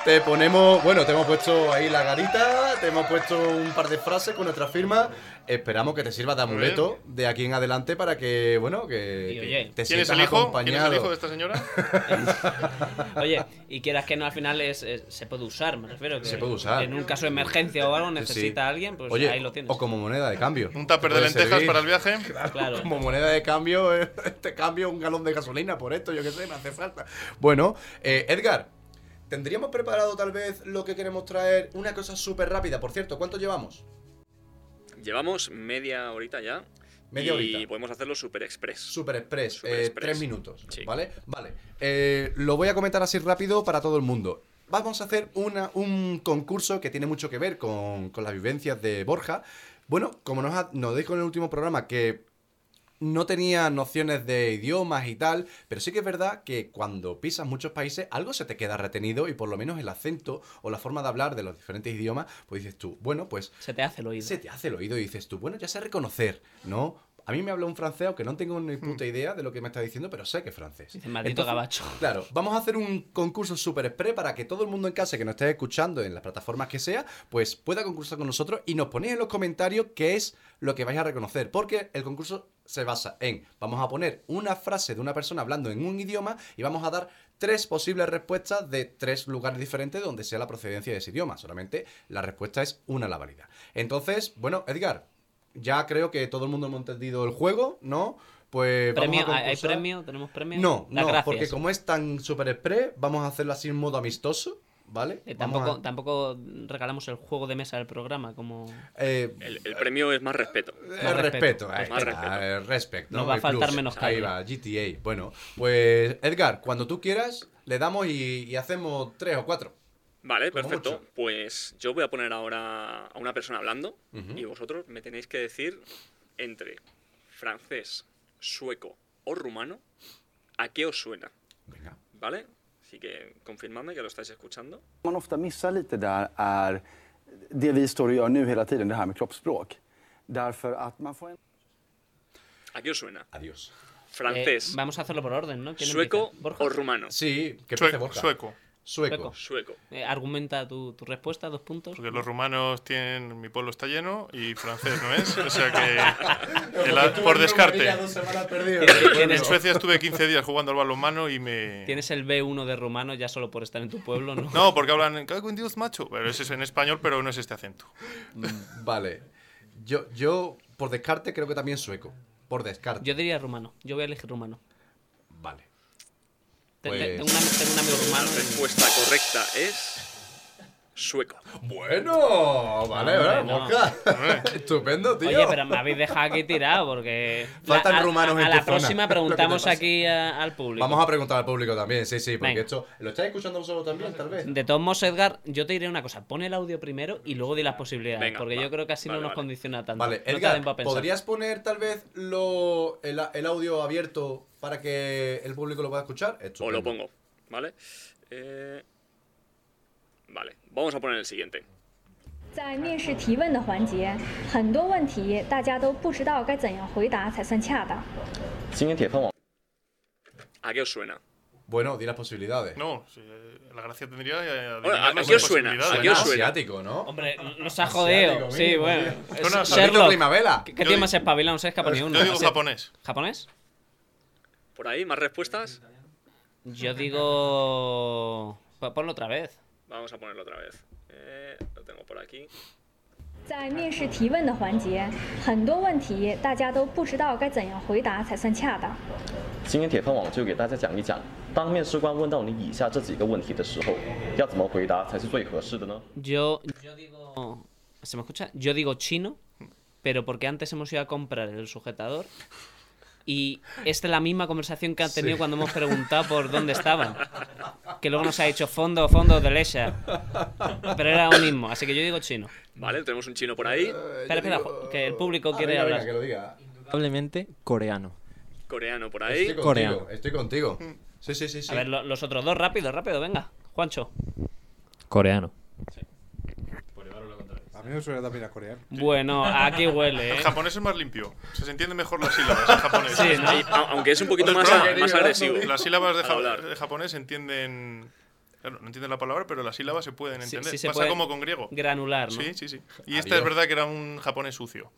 [SPEAKER 4] Te ponemos, bueno, te hemos puesto ahí la garita, te hemos puesto un par de frases con nuestra firma. Esperamos que te sirva de amuleto de aquí en adelante para que, bueno, que,
[SPEAKER 1] Y
[SPEAKER 4] que
[SPEAKER 1] oye,
[SPEAKER 4] te
[SPEAKER 6] ¿Quién es
[SPEAKER 4] sientas
[SPEAKER 6] el hijo? ¿Quién es
[SPEAKER 4] acompañado.
[SPEAKER 6] el hijo de este? esta señora?
[SPEAKER 1] Oye, y quieras que no, al final es, es- se puede usar, me refiero. que
[SPEAKER 4] Se puede usar.
[SPEAKER 1] En un caso de emergencia o algo necesita a alguien, pues
[SPEAKER 4] Oye,
[SPEAKER 1] ahí lo tienes.
[SPEAKER 4] o como moneda de cambio.
[SPEAKER 6] Un tupper
[SPEAKER 4] Te
[SPEAKER 6] de
[SPEAKER 4] puede
[SPEAKER 6] lentejas
[SPEAKER 4] servir.
[SPEAKER 6] para el viaje.
[SPEAKER 1] Claro.
[SPEAKER 4] Como moneda de cambio, eh, te cambio un galón de gasolina por esto, yo qué sé, me hace falta. Bueno, eh, Edgar, ¿tendríamos preparado tal vez lo que queremos traer? Una cosa súper rápida, por cierto, ¿cuánto llevamos?
[SPEAKER 2] Llevamos media horita ya.
[SPEAKER 4] Media
[SPEAKER 2] y
[SPEAKER 4] horita.
[SPEAKER 2] podemos hacerlo super express.
[SPEAKER 4] Super Express,
[SPEAKER 2] Super
[SPEAKER 4] eh,
[SPEAKER 2] Express.
[SPEAKER 4] tres minutos,
[SPEAKER 2] Sí.
[SPEAKER 4] ¿vale? Vale, eh, lo voy a comentar así rápido para todo el mundo. Vamos a hacer una, un concurso que tiene mucho que ver con, con las vivencias de Borja. Bueno, como nos, ha- nos dijo en el último programa que no tenía nociones de idiomas y tal, pero sí que es verdad que cuando pisas muchos países algo se te queda retenido y por lo menos el acento o la forma de hablar de los diferentes idiomas, pues dices tú, bueno, pues
[SPEAKER 1] Se te hace el oído.
[SPEAKER 4] se te hace el oído y dices tú, bueno, ya sé reconocer, ¿no? A mí me habla un francés, aunque no tengo ni puta
[SPEAKER 1] Hmm.
[SPEAKER 4] idea de lo que me está diciendo, pero sé que es francés.
[SPEAKER 1] Dice, maldito gabacho.
[SPEAKER 4] Claro, vamos a hacer un concurso super express para que todo el mundo en casa que nos esté escuchando en las plataformas que sea, pues pueda concursar con nosotros y nos ponéis en los comentarios qué es lo que vais a reconocer, porque el concurso se basa en, vamos a poner una frase de una persona hablando en un idioma y vamos a dar tres posibles respuestas de tres lugares diferentes donde sea la procedencia de ese idioma, solamente la respuesta es una la válida. Entonces, bueno, Edgar, ya creo que todo el mundo hemos entendido el juego, ¿no? Pues vamos
[SPEAKER 1] Premio,
[SPEAKER 4] a
[SPEAKER 1] ¿Hay hay
[SPEAKER 4] concursar.
[SPEAKER 1] premio? ¿Tenemos premio?
[SPEAKER 4] No,
[SPEAKER 1] Las
[SPEAKER 4] no,
[SPEAKER 1] gracias.
[SPEAKER 4] porque como es tan super express, vamos a hacerlo así en modo amistoso, ¿vale?
[SPEAKER 1] Eh,
[SPEAKER 4] Vamos
[SPEAKER 1] tampoco,
[SPEAKER 4] a-
[SPEAKER 1] tampoco regalamos el juego de mesa del programa, como...
[SPEAKER 4] eh,
[SPEAKER 2] El, el premio es más respeto.
[SPEAKER 4] eh,
[SPEAKER 1] más
[SPEAKER 4] respeto,
[SPEAKER 1] respeto,
[SPEAKER 4] ahí
[SPEAKER 2] más
[SPEAKER 4] está,
[SPEAKER 2] respeto.
[SPEAKER 4] eh, respect,
[SPEAKER 1] Nos va a
[SPEAKER 4] El
[SPEAKER 1] faltar menos calle.
[SPEAKER 4] Ahí va, GTA. Bueno, pues Edgar, cuando tú quieras, le damos y, y hacemos tres o cuatro.
[SPEAKER 2] Vale,
[SPEAKER 4] Como
[SPEAKER 2] perfecto.
[SPEAKER 4] mucho.
[SPEAKER 2] Pues yo voy a poner ahora a una persona hablando y vosotros me tenéis que decir entre francés, sueco o rumano a qué os suena,
[SPEAKER 4] Venga.
[SPEAKER 2] ¿vale? Así que confirmadme que lo estáis escuchando.
[SPEAKER 11] man ofta missar lite där är det vi står och gör nu hela tiden, det här med kroppsspråk. Därför att man får en...
[SPEAKER 2] ¿A qué os suena?
[SPEAKER 4] Adiós.
[SPEAKER 1] Eh,
[SPEAKER 2] Francés,
[SPEAKER 1] vamos a hacerlo por orden, ¿no? ¿Quién
[SPEAKER 2] sueco
[SPEAKER 1] empieza? Borja.
[SPEAKER 2] o rumano.
[SPEAKER 4] Sí, que
[SPEAKER 6] Sue-
[SPEAKER 4] empiece Borja.
[SPEAKER 6] sueco.
[SPEAKER 4] Sueco.
[SPEAKER 2] Sueco.
[SPEAKER 1] Eh, argumenta tu, tu respuesta, dos puntos.
[SPEAKER 6] Porque los rumanos tienen. Mi pueblo está lleno y francés no es. O sea que. el a- por descarte. En
[SPEAKER 1] Tienes-
[SPEAKER 6] Suecia estuve 15 días jugando al balonmano y me.
[SPEAKER 1] Tienes el B1 de rumano ya solo por estar en tu pueblo, ¿no?
[SPEAKER 6] No, porque hablan. "Cago en Dios, macho! Pero ese es en español, pero no es este acento.
[SPEAKER 4] Vale. Yo, yo, por descarte, creo que también sueco. Por descarte.
[SPEAKER 1] Yo diría rumano. Yo voy a elegir rumano.
[SPEAKER 4] Vale.
[SPEAKER 1] Te- te-
[SPEAKER 4] Pues-
[SPEAKER 1] Tengo, una- tengo un amigo
[SPEAKER 2] La
[SPEAKER 1] rumano. y-
[SPEAKER 2] respuesta correcta es sueco.
[SPEAKER 4] Bueno, vale,
[SPEAKER 1] Hombre,
[SPEAKER 4] ¿verdad?
[SPEAKER 1] no.
[SPEAKER 4] Mosca. Estupendo, tío.
[SPEAKER 1] Oye, pero me habéis dejado aquí tirado porque.
[SPEAKER 4] Faltan
[SPEAKER 1] La- a,
[SPEAKER 4] rumanos
[SPEAKER 1] a-
[SPEAKER 4] en
[SPEAKER 1] a
[SPEAKER 4] tu
[SPEAKER 1] la
[SPEAKER 4] zona.
[SPEAKER 1] próxima
[SPEAKER 4] Lo que te
[SPEAKER 1] preguntamos
[SPEAKER 4] pasa.
[SPEAKER 1] aquí a- al público.
[SPEAKER 4] Vamos a preguntar al público también, sí, sí, porque
[SPEAKER 1] Venga.
[SPEAKER 4] esto. ¿Lo estáis escuchando vosotros también, tal vez?
[SPEAKER 1] De todos modos, Edgar, yo te diré una cosa. Pon el audio primero y luego di las posibilidades.
[SPEAKER 2] Venga,
[SPEAKER 1] porque
[SPEAKER 2] va,
[SPEAKER 1] yo creo que así
[SPEAKER 2] vale,
[SPEAKER 1] no nos
[SPEAKER 2] vale.
[SPEAKER 1] condiciona tanto.
[SPEAKER 4] Vale,
[SPEAKER 1] No te da
[SPEAKER 4] Edgar,
[SPEAKER 1] tiempo a pensar.
[SPEAKER 4] ¿podrías poner tal vez lo, el, el audio abierto para que el público lo pueda escuchar?
[SPEAKER 2] O
[SPEAKER 4] Estupendo.
[SPEAKER 2] lo pongo, ¿vale? Eh, vale, vamos a poner el siguiente.
[SPEAKER 12] 在面试提问的环节，很多问题大家都不知道该怎样回答才算恰当。
[SPEAKER 2] ¿A qué os suena?
[SPEAKER 4] Bueno, di las posibilidades.
[SPEAKER 6] No, sí, eh, la gracia tendría. eh, adivinar
[SPEAKER 2] Bueno, ¿a
[SPEAKER 6] las
[SPEAKER 2] qué os suena?
[SPEAKER 6] posibilidades.
[SPEAKER 2] ¿A qué os
[SPEAKER 4] Suena
[SPEAKER 2] suena?
[SPEAKER 4] asiático, ¿no?
[SPEAKER 1] Hombre, nos ha jodido.
[SPEAKER 4] Asiático
[SPEAKER 1] Sí,
[SPEAKER 4] mínimo,
[SPEAKER 1] bueno.
[SPEAKER 4] tío.
[SPEAKER 1] Es-
[SPEAKER 6] Son asiáticos
[SPEAKER 1] Sherlock,
[SPEAKER 4] primavera.
[SPEAKER 1] ¿Qué,
[SPEAKER 6] Yo
[SPEAKER 1] qué tiene
[SPEAKER 6] di-
[SPEAKER 1] más espabilado? No se escapa ni uno.
[SPEAKER 6] Yo digo
[SPEAKER 1] Así-
[SPEAKER 6] japonés.
[SPEAKER 1] ¿Japonés?
[SPEAKER 2] ¿Por ahí? ¿Más respuestas?
[SPEAKER 1] Yo digo. Pon- Ponlo otra vez.
[SPEAKER 2] Vamos a ponerlo otra vez. Eh, lo tengo por aquí.
[SPEAKER 12] 在面试提问的环节，很多问题大家都不知道该怎样回答才算恰当。
[SPEAKER 13] 今天铁饭碗就给大家讲一讲，当面试官问到你以下这几个问题的时候，要怎么回答才是最合适的呢？
[SPEAKER 1] Yo, yo digo. ¿Se me escucha? Yo digo chino, pero porque antes hemos ido a comprar el sujetador. Y esta es la misma conversación que han tenido cuando hemos preguntado por dónde estaban. Que luego nos ha dicho fondo, fondo de Lesha. Pero era lo mismo, así que yo digo chino.
[SPEAKER 2] Vale, tenemos un chino por ahí.
[SPEAKER 1] Espera, espera, jo- que el público quiere
[SPEAKER 4] Venga, venga,
[SPEAKER 1] hablar.
[SPEAKER 4] que lo diga.
[SPEAKER 9] Probablemente coreano.
[SPEAKER 2] Coreano por
[SPEAKER 4] Estoy
[SPEAKER 2] ahí.
[SPEAKER 4] contigo,
[SPEAKER 9] Coreano.
[SPEAKER 4] estoy contigo.
[SPEAKER 2] Mm.
[SPEAKER 4] Sí, sí, sí, sí.
[SPEAKER 1] A ver, lo- los otros dos, rápido, rápido, venga. Juancho.
[SPEAKER 8] Coreano.
[SPEAKER 10] A mí me suena también a coreano.
[SPEAKER 1] Bueno, aquí huele,
[SPEAKER 6] El
[SPEAKER 1] ¿eh?
[SPEAKER 6] japonés es más limpio. O sea, se entiende mejor las sílabas en japonés.
[SPEAKER 1] Sí, ¿no?
[SPEAKER 2] Ahí, a- aunque es un poquito
[SPEAKER 6] Pero
[SPEAKER 2] más,
[SPEAKER 6] claro,
[SPEAKER 2] más agresivo.
[SPEAKER 6] Las sílabas de,
[SPEAKER 2] al
[SPEAKER 6] ja-
[SPEAKER 2] hablar.
[SPEAKER 6] de japonés se entienden. Claro, no entienden la palabra, pero las sílabas se pueden
[SPEAKER 1] Sí,
[SPEAKER 6] entender.
[SPEAKER 1] sí se
[SPEAKER 6] Pasa
[SPEAKER 1] puede
[SPEAKER 6] como con griego.
[SPEAKER 1] Granular, ¿no?
[SPEAKER 6] Sí, sí, sí. Y esta es verdad que era un japonés sucio.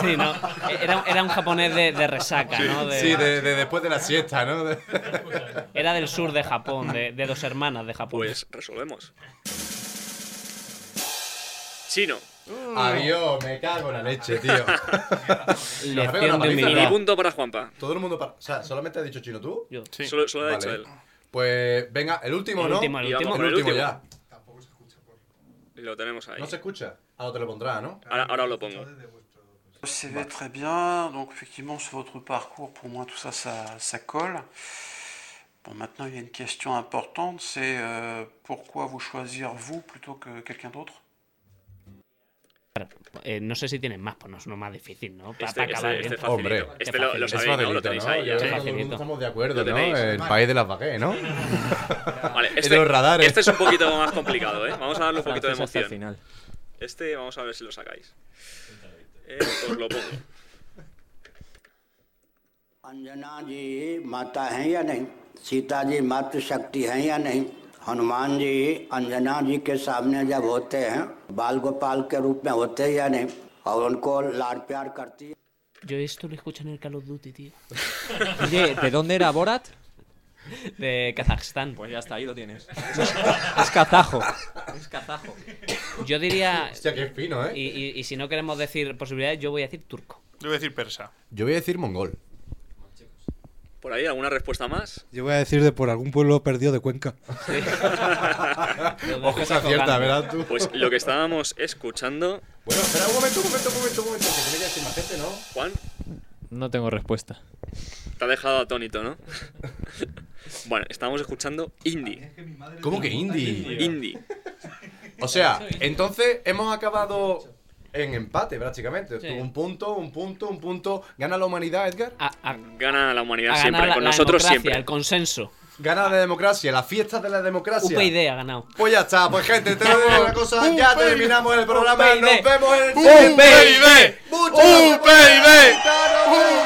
[SPEAKER 1] Sí, no. Era, era un japonés de, de resaca, ¿no? De-
[SPEAKER 4] Sí, de, de después de la siesta, ¿no? De-
[SPEAKER 1] Era del sur de Japón, de, de dos hermanas de Japón.
[SPEAKER 2] Pues resolvemos. Chino.
[SPEAKER 4] Adiós, me cago en la leche, tío. Nos pega una
[SPEAKER 1] Lección de
[SPEAKER 4] paliza,
[SPEAKER 2] Mini
[SPEAKER 1] humildad.
[SPEAKER 4] ¿no?
[SPEAKER 2] punto para Juanpa.
[SPEAKER 4] Todo el mundo para. O sea, ¿solamente has dicho chino tú?
[SPEAKER 1] Yo.
[SPEAKER 6] Sí.
[SPEAKER 2] Solo, solo ha dicho él.
[SPEAKER 4] Pues venga, el último,
[SPEAKER 1] El
[SPEAKER 4] ¿no?
[SPEAKER 1] último, el
[SPEAKER 2] Y
[SPEAKER 1] último.
[SPEAKER 2] vamos
[SPEAKER 4] El
[SPEAKER 2] con el
[SPEAKER 4] último
[SPEAKER 2] último.
[SPEAKER 4] ya.
[SPEAKER 2] Lo tenemos ahí.
[SPEAKER 4] No se escucha. Ahora te lo pondrá, ¿no?
[SPEAKER 2] Ahora, ahora lo pongo.
[SPEAKER 14] Le CV très bien, donc effectivement sur votre parcours, pour moi tout ça, ça, ça colle. Bon, maintenant il y a une question importante, c'est euh, pourquoi vous choisir vous plutôt que quelqu'un d'autre
[SPEAKER 1] Eh, no sé si tienen más, pues no es uno más difícil, ¿no? Para
[SPEAKER 2] Este,
[SPEAKER 1] acabar bien.
[SPEAKER 2] este, este es facilito.
[SPEAKER 4] Hombre,
[SPEAKER 2] este lo, lo
[SPEAKER 4] Es
[SPEAKER 2] sabéis, ¿no? Lo
[SPEAKER 4] facilito,
[SPEAKER 2] tenéis
[SPEAKER 4] ¿no?
[SPEAKER 2] ahí.
[SPEAKER 4] Ya
[SPEAKER 2] ya.
[SPEAKER 1] Sí.
[SPEAKER 4] todo el mundo
[SPEAKER 1] facilito.
[SPEAKER 4] estamos de acuerdo,
[SPEAKER 2] Lo
[SPEAKER 4] ¿no?
[SPEAKER 2] tenéis.
[SPEAKER 4] El país de las baguettes, ¿no?
[SPEAKER 2] Vale, este,
[SPEAKER 4] de los radares.
[SPEAKER 2] este es un poquito más complicado, ¿eh? Vamos a darle un poquito de
[SPEAKER 9] Francés hasta el
[SPEAKER 2] emoción.
[SPEAKER 9] final.
[SPEAKER 2] Este, vamos a ver si lo sacáis. Eh, os lo pongo.
[SPEAKER 15] अंजना जी माता हैं या नहीं सीता जी मातृशक्ति हैं या नहीं हनुमान जी अंजना जी के सामने जब होते हैं बाल गोपाल के रूप में होते हैं या नहीं और उनको लाड प्यार करती है
[SPEAKER 2] ¿eh?
[SPEAKER 1] Yo esto lo escucho en el Call of Duty, tío.
[SPEAKER 9] Oye, ¿de dónde era Borat?
[SPEAKER 1] De Kazajstán.
[SPEAKER 9] Pues ya está, ahí lo tienes. Es kazajo. Es kazajo.
[SPEAKER 1] Yo diría.
[SPEAKER 4] Hostia, qué fino, ¿eh?
[SPEAKER 1] Y, y- y si no queremos decir posibilidades, yo voy a decir turco.
[SPEAKER 6] Yo voy a decir persa.
[SPEAKER 4] Yo voy a decir mongol.
[SPEAKER 2] ¿Por ahí alguna respuesta más?
[SPEAKER 10] Yo voy a decir de por algún pueblo perdido de Cuenca.
[SPEAKER 1] Lo dejo
[SPEAKER 4] Ojo, se
[SPEAKER 1] sofocando.
[SPEAKER 4] acierta, ¿verdad tú?
[SPEAKER 2] Pues lo que estábamos escuchando,
[SPEAKER 4] Bueno, espera un momento, un momento, un momento, un momento. Que tiene que decir más gente, ¿no?
[SPEAKER 2] Juan,
[SPEAKER 8] No tengo respuesta.
[SPEAKER 2] te ha dejado atónito, ¿no? bueno, estábamos escuchando indie.
[SPEAKER 4] ¿Cómo que indie?
[SPEAKER 2] Indie.
[SPEAKER 4] O sea, entonces hemos acabado en empate prácticamente.
[SPEAKER 1] Sí.
[SPEAKER 4] Un punto, un punto, un punto. ¿Gana la humanidad, Edgar?
[SPEAKER 1] A, a- a
[SPEAKER 2] Gana la humanidad
[SPEAKER 1] ganar
[SPEAKER 2] siempre,
[SPEAKER 1] la,
[SPEAKER 2] con
[SPEAKER 1] la
[SPEAKER 2] nosotros
[SPEAKER 1] democracia,
[SPEAKER 2] siempre.
[SPEAKER 1] el consenso.
[SPEAKER 4] Gana la democracia, la fiesta de la democracia.
[SPEAKER 1] UPyD ha ganado.
[SPEAKER 4] Pues ya está, pues gente, te lo digo una cosa, ya terminamos el programa,
[SPEAKER 1] UPyD.
[SPEAKER 4] nos vemos en el
[SPEAKER 1] UPyD.
[SPEAKER 4] ¡Muchas gracias por escucharnos.